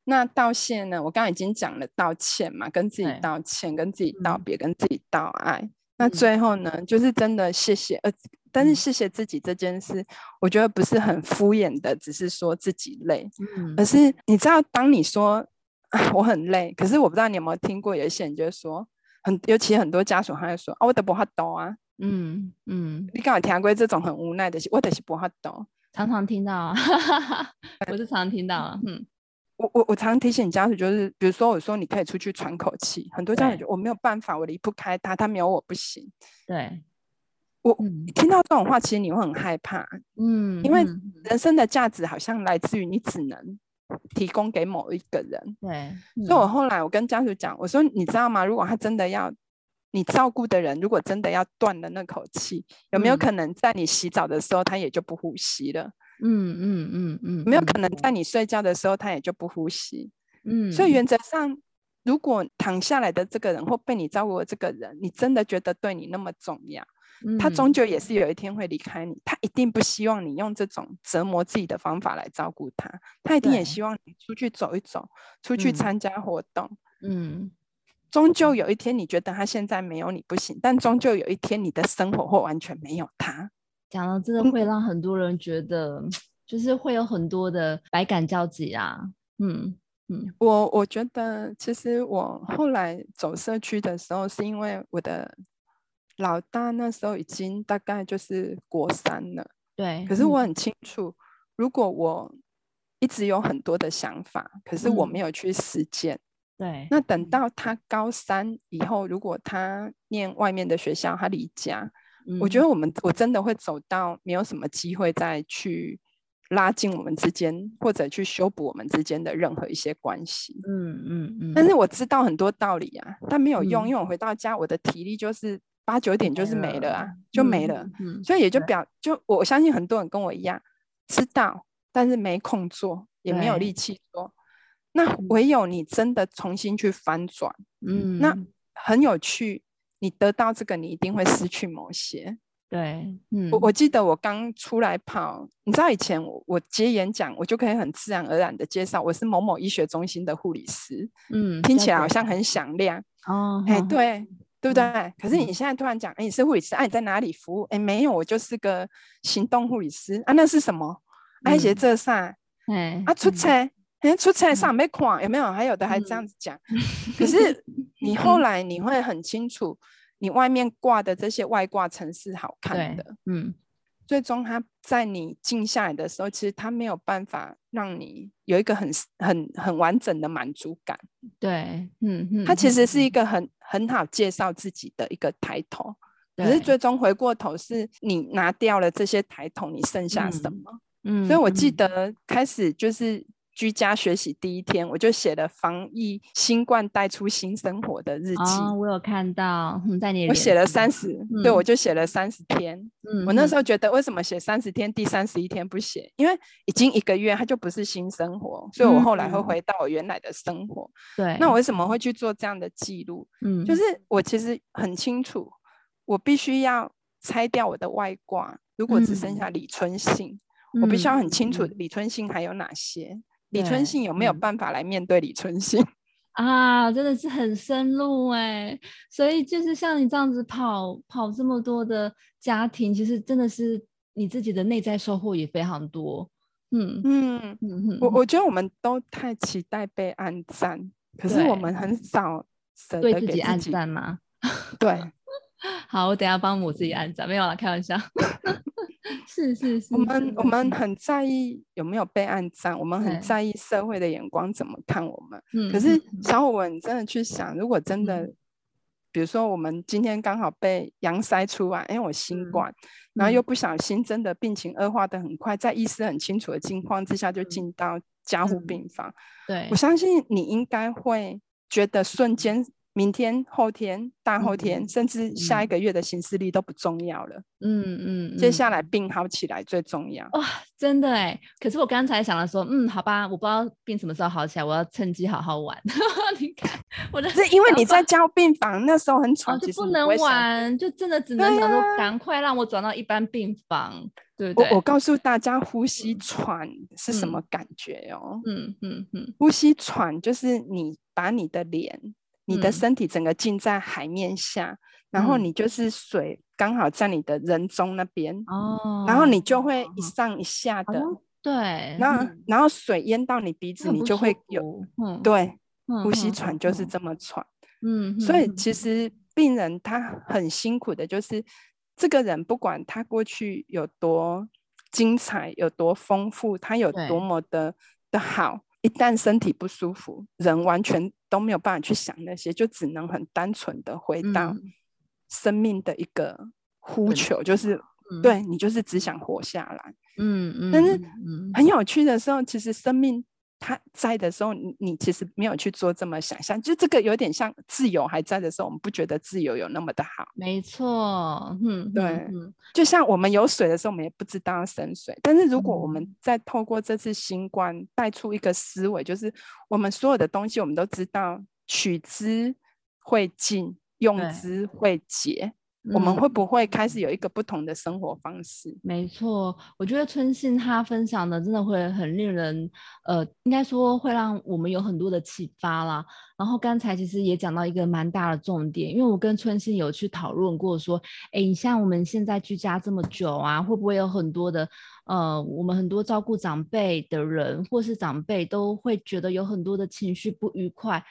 [SPEAKER 3] 那道谢呢？我刚刚已经讲了道歉嘛，跟自己
[SPEAKER 2] 对
[SPEAKER 3] 道歉，跟自己道
[SPEAKER 2] 嗯
[SPEAKER 3] 别，跟自己道爱。那
[SPEAKER 2] 嗯
[SPEAKER 3] 最后呢，就是真的谢谢，呃，但是
[SPEAKER 2] 嗯
[SPEAKER 3] 谢谢自己这件事，我觉得不是很敷衍的，只是说自己累，而
[SPEAKER 2] 嗯
[SPEAKER 3] 是你知道，当你说、啊、我很累，可是我不知道你有没有听过，有一些人就会说很尤其很多家属他就说啊，我的不法抖啊，
[SPEAKER 2] 嗯嗯，
[SPEAKER 3] 你刚好听过这种很无奈的是，我的是不法抖。
[SPEAKER 2] 常常听到 啊，我是常听到啊，嗯，
[SPEAKER 3] 我我我常提醒家属，就是比如说我说你可以出去喘口气，很多家属
[SPEAKER 2] 对
[SPEAKER 3] 就我没有办法，我离不开他，他没有我不行。
[SPEAKER 2] 对，
[SPEAKER 3] 我
[SPEAKER 2] 嗯
[SPEAKER 3] 听到这种话，其实你会很害怕，
[SPEAKER 2] 嗯，
[SPEAKER 3] 因为
[SPEAKER 2] 嗯
[SPEAKER 3] 人生的价值好像来自于你只能提供给某一个人。
[SPEAKER 2] 对，
[SPEAKER 3] 所以我
[SPEAKER 2] 嗯
[SPEAKER 3] 后来我跟家属讲，我说你知道吗？如果他真的要你照顾的人，如果真的要断了那口气，有没有
[SPEAKER 2] 嗯
[SPEAKER 3] 可能在你洗澡的时候他也就不呼吸了？
[SPEAKER 2] 嗯嗯嗯嗯，
[SPEAKER 3] 有没有
[SPEAKER 2] 嗯
[SPEAKER 3] 可能在你睡觉的时候他也就不呼吸？
[SPEAKER 2] 嗯，
[SPEAKER 3] 所以原则上，如果躺下来的这个人或被你照顾的这个人，你真的觉得对你那么重要，他终
[SPEAKER 2] 嗯
[SPEAKER 3] 究也是有一天会离开你。他一定不希望你用这种折磨自己的方法来照顾他，他一定也
[SPEAKER 2] 对
[SPEAKER 3] 希望你出去走一走，出去
[SPEAKER 2] 嗯
[SPEAKER 3] 参加活动。
[SPEAKER 2] 嗯
[SPEAKER 3] 终究有一天，你觉得他现在没有你不行，但终究有一天，你的生活会完全没有他。
[SPEAKER 2] 讲了，真的
[SPEAKER 3] 嗯
[SPEAKER 2] 会让很多人觉得，就是会有很多的百感交集啊。嗯嗯
[SPEAKER 3] 我我觉得，其实我后来走社区的时候，是因为我的老大那时候已经大概就是国三了，
[SPEAKER 2] 对。
[SPEAKER 3] 可是我
[SPEAKER 2] 嗯
[SPEAKER 3] 很清楚，如果我一直有很多的想法，可是我
[SPEAKER 2] 嗯
[SPEAKER 3] 没有去实践，
[SPEAKER 2] 对，
[SPEAKER 3] 那等到他高三以后，如果他念外面的学校，他离家，我觉
[SPEAKER 2] 嗯
[SPEAKER 3] 得我们我真的会走到没有什么机会再去拉近我们之间，或者去修补我们之间的任何一些关系。
[SPEAKER 2] 嗯嗯嗯，
[SPEAKER 3] 但是我知道很多道理啊，但没有用，
[SPEAKER 2] 嗯
[SPEAKER 3] 因为我回到家，我的体力就是八九点就是没了啊，就没了。
[SPEAKER 2] 嗯。嗯
[SPEAKER 3] 所以也就
[SPEAKER 2] 对
[SPEAKER 3] 表就我相信很多人跟我一样知道，但是没空做，也没有
[SPEAKER 2] 对
[SPEAKER 3] 力气做。那唯有你真的重新去翻转，
[SPEAKER 2] 嗯，
[SPEAKER 3] 那
[SPEAKER 2] 嗯
[SPEAKER 3] 很有趣。你得到这个，你一定会失去某些。
[SPEAKER 2] 对，嗯，
[SPEAKER 3] 我我记得我刚出来跑，你知道以前我我接演讲，我就可以很自然而然的介绍我是某某医学中心的护理师，
[SPEAKER 2] 嗯
[SPEAKER 3] 听
[SPEAKER 2] 了
[SPEAKER 3] 起来好
[SPEAKER 2] 解
[SPEAKER 3] 像很响亮，
[SPEAKER 2] 哦，
[SPEAKER 3] 哎、
[SPEAKER 2] 哼，
[SPEAKER 3] 对对不对？
[SPEAKER 2] 嗯
[SPEAKER 3] 可是
[SPEAKER 2] 嗯
[SPEAKER 3] 你现在突然讲，哎、你是护理师，哎、你在哪里服务？哎、没有，我就是个行动护理师啊，那是什么？哎、写
[SPEAKER 2] 嗯
[SPEAKER 3] 这啥？
[SPEAKER 2] 哎
[SPEAKER 3] 啊，出
[SPEAKER 2] 嗯
[SPEAKER 3] 差，哎、出差
[SPEAKER 2] 嗯
[SPEAKER 3] 上没看有没有？还有的还这样子讲， 可是你
[SPEAKER 2] 嗯
[SPEAKER 3] 后来你会很清楚，你外面挂的这些外挂层是好看
[SPEAKER 2] 对
[SPEAKER 3] 的，，
[SPEAKER 2] 嗯，
[SPEAKER 3] 最终它在你静下来的时候，其实它没有办法让你有一个很 s- 很很完整的满足感。
[SPEAKER 2] 对，嗯嗯，
[SPEAKER 3] 它其
[SPEAKER 2] 嗯
[SPEAKER 3] 实是一个很很好介绍自己的一个抬头，可是
[SPEAKER 2] 对
[SPEAKER 3] 最终回过头是你拿掉了这些抬头，你剩下什
[SPEAKER 2] 嗯
[SPEAKER 3] 么？
[SPEAKER 2] 嗯，
[SPEAKER 3] 所以我记
[SPEAKER 2] 嗯
[SPEAKER 3] 得开始就是居家学习第一天，我就写了防疫新冠带出新生活的日记。
[SPEAKER 2] 哦，我有看到，嗯，在你的
[SPEAKER 3] 我
[SPEAKER 2] 脸
[SPEAKER 3] 写了
[SPEAKER 2] 书
[SPEAKER 3] 三，十、对我就写了三十天。
[SPEAKER 2] 嗯，
[SPEAKER 3] 我那时
[SPEAKER 2] 候
[SPEAKER 3] 候觉得，为什么写三十天，第三十一天不写？因为已经一个月，它就不是新生活，所以我后来会
[SPEAKER 2] 嗯
[SPEAKER 3] 回到我原来的生活。
[SPEAKER 2] 对，
[SPEAKER 3] 那我为什么会去做这样的记录？
[SPEAKER 2] 嗯
[SPEAKER 3] 就是我其实很清楚，我必须要拆掉我的外挂。如果只剩
[SPEAKER 2] 嗯
[SPEAKER 3] 下李春信，我必须要
[SPEAKER 2] 嗯
[SPEAKER 3] 很清楚
[SPEAKER 2] 嗯
[SPEAKER 3] 李春信还有哪些，李春
[SPEAKER 2] 对
[SPEAKER 3] 信有没有
[SPEAKER 2] 嗯
[SPEAKER 3] 办法来面对李春 信？
[SPEAKER 2] 啊，真的是很深入哎，所以就是像你这样子跑跑这么多的家庭，其实真的是你自己的内在收获也非常多。嗯
[SPEAKER 3] 嗯，
[SPEAKER 2] 嗯嗯，
[SPEAKER 3] 我我觉得我们都太期待被暗赞，可是我们很少舍
[SPEAKER 2] 对
[SPEAKER 3] 得
[SPEAKER 2] 自
[SPEAKER 3] 给
[SPEAKER 2] 己
[SPEAKER 3] 自
[SPEAKER 2] 按
[SPEAKER 3] 己。
[SPEAKER 2] 赞吗？
[SPEAKER 3] 对，
[SPEAKER 2] 好，我等一下帮我自己按赞，没有啦，开玩笑。 是是是，
[SPEAKER 3] 我
[SPEAKER 2] 是
[SPEAKER 3] 们我
[SPEAKER 2] 是
[SPEAKER 3] 们很在意有没有被暗赞，我们
[SPEAKER 2] 嗯对
[SPEAKER 3] 很在意社会的眼光怎么看我们。
[SPEAKER 2] 嗯，
[SPEAKER 3] 可是
[SPEAKER 2] 嗯
[SPEAKER 3] 小伙文，你真的去想，如果真的，比如说我们今天刚好被羊筛出来，因为我新
[SPEAKER 2] 嗯
[SPEAKER 3] 冠，然后又
[SPEAKER 2] 嗯
[SPEAKER 3] 不小心真的病情恶化的很快，在医师很清楚的情况之下就进到加护
[SPEAKER 2] 嗯
[SPEAKER 3] 病房，
[SPEAKER 2] 对
[SPEAKER 3] 我，相信你应该会觉得瞬间。明天、后天、大后天，
[SPEAKER 2] 嗯
[SPEAKER 3] 甚至下
[SPEAKER 2] 嗯
[SPEAKER 3] 一个月的行事历都不重要了。
[SPEAKER 2] 嗯嗯，
[SPEAKER 3] 接
[SPEAKER 2] 嗯
[SPEAKER 3] 下来病好起来最重要。
[SPEAKER 2] 真的哎，可是我刚才想了说，嗯，好吧，我不知道病什么时候好起来，我要趁机好好玩。 你看我的
[SPEAKER 3] 是因为你
[SPEAKER 2] 想法
[SPEAKER 3] 在交病房那时候很
[SPEAKER 2] 哦，
[SPEAKER 3] 喘，
[SPEAKER 2] 就
[SPEAKER 3] 其实
[SPEAKER 2] 不
[SPEAKER 3] 你
[SPEAKER 2] 能
[SPEAKER 3] 会想
[SPEAKER 2] 玩，就真的只
[SPEAKER 3] 对
[SPEAKER 2] 能想说，
[SPEAKER 3] 啊
[SPEAKER 2] 赶快让我转到一般病房，对不
[SPEAKER 3] 我
[SPEAKER 2] 对？
[SPEAKER 3] 我告诉大家，呼吸喘是什
[SPEAKER 2] 嗯
[SPEAKER 3] 么感觉哦？
[SPEAKER 2] 嗯嗯嗯，
[SPEAKER 3] 呼吸喘就是你把你的脸、你的
[SPEAKER 2] 嗯
[SPEAKER 3] 身体整个浸在海面下，然后
[SPEAKER 2] 嗯
[SPEAKER 3] 你就是水刚好在你的人中那边，
[SPEAKER 2] 哦，
[SPEAKER 3] 然后你就会一
[SPEAKER 2] 好
[SPEAKER 3] 上一下的，
[SPEAKER 2] 像对，
[SPEAKER 3] 然后、
[SPEAKER 2] 嗯
[SPEAKER 3] 然后水淹到你鼻
[SPEAKER 2] 就
[SPEAKER 3] 子，
[SPEAKER 2] 很
[SPEAKER 3] 你
[SPEAKER 2] 不
[SPEAKER 3] 就
[SPEAKER 2] 舒
[SPEAKER 3] 会有
[SPEAKER 2] 服，嗯，
[SPEAKER 3] 对
[SPEAKER 2] 嗯，
[SPEAKER 3] 呼吸
[SPEAKER 2] 嗯
[SPEAKER 3] 喘就是，这么喘。
[SPEAKER 2] 嗯，
[SPEAKER 3] 所以
[SPEAKER 2] 嗯
[SPEAKER 3] 其实病人他很辛苦的，就是这个人不管他过去有多精彩、有多丰富，他有
[SPEAKER 2] 对
[SPEAKER 3] 多么的的好，一旦身体不舒服，人完全都没有办法去想那些，就只能很单纯的回到
[SPEAKER 2] 嗯
[SPEAKER 3] 生命的一个呼
[SPEAKER 2] 本
[SPEAKER 3] 求，就是
[SPEAKER 2] 嗯
[SPEAKER 3] 对你就是只想活下来。
[SPEAKER 2] 嗯嗯，
[SPEAKER 3] 但是
[SPEAKER 2] 嗯
[SPEAKER 3] 很有趣的时候，其实生命它在的时候，你你其实没有去做这么想象，就这个有点像自由还在的时候，我们不觉得自由有那么的好。
[SPEAKER 2] 没错，嗯，
[SPEAKER 3] 对
[SPEAKER 2] 嗯
[SPEAKER 3] 就像我们有水的时候，我们也不知道要省水，但是如果我们
[SPEAKER 2] 嗯
[SPEAKER 3] 再透过这次新冠带出一个思维，就是我们所有的东西，我们都知道取之会尽，
[SPEAKER 2] 对
[SPEAKER 3] 用之会竭，
[SPEAKER 2] 嗯
[SPEAKER 3] 我们
[SPEAKER 2] 嗯
[SPEAKER 3] 会不会开始有一个不同的生活方式？
[SPEAKER 2] 没错，我觉得春信他分享的真的会很令人，呃，应该说会让我们有很多的启发啦。然后刚才其实也讲到一个蛮大的重点，因为我跟春信有去讨论过，说，哎，你像我们现在居家这么久啊，会不会有很多的，呃，我们很多照顾长辈的人或是长辈都会觉得有很多的情绪不愉快。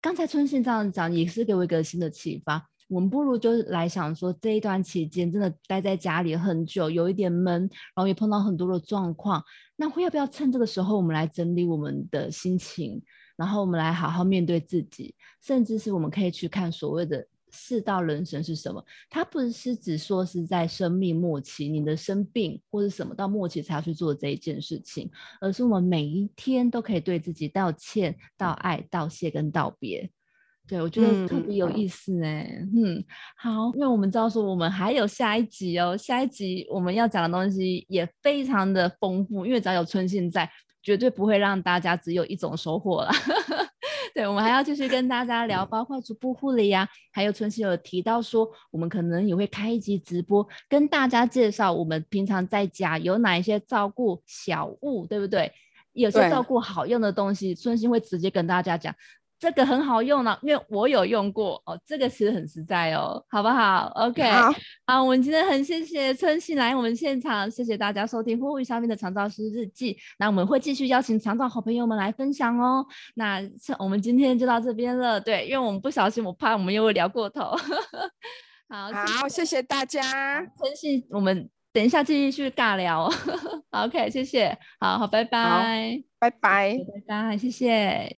[SPEAKER 2] 刚才春信这样讲，也是给我一个新的启发。我们不如就是来想说，这一段期间真的待在家里很久，有一点闷，然后也碰到很多的状况。那会要不要趁这个时候，我们来整理我们的心情，然后我们来好好面对自己，甚至是我们可以去看所谓的世道人生是什么。它不是只说是在生命末期，你的生病或者什么到末期才要去做这一件事情，而是我们每一天都可以对自己道歉、道爱、道谢跟道别。对，我觉得特
[SPEAKER 3] 嗯
[SPEAKER 2] 别有意思哎、嗯，好，因为我们知道说我们还有下一集哦，下一集我们要讲的东西也非常的丰富，因为只要有春信在，绝对不会让大家只有一种收获了。 对，我们还要继续跟大家聊，包括逐步护理呀、还有春熙有提到说，我们可能也会开一集直播，跟大家介绍我们平常在家有哪一些照顾小物，对不对？有些
[SPEAKER 3] 对
[SPEAKER 2] 照顾好用的东西，春熙会直接跟大家讲，这个很好用呢、因为我有用过哦，这个其实很实在哦，好不好？OK，
[SPEAKER 3] 好，
[SPEAKER 2] 好，我们今天很谢谢春信来我们现场，谢谢大家收听《呼吁上面的长照师日记》。那我们会继续邀请长照好朋友们来分享哦。那这我们今天就到这边了，对，因为我们不小心，我怕我们又聊过头。 好，
[SPEAKER 3] 好，谢谢大家，
[SPEAKER 2] 春信，我们等一下继续尬聊。哦。OK，谢谢，好好，拜拜，
[SPEAKER 3] 拜拜。
[SPEAKER 2] 拜拜，谢谢。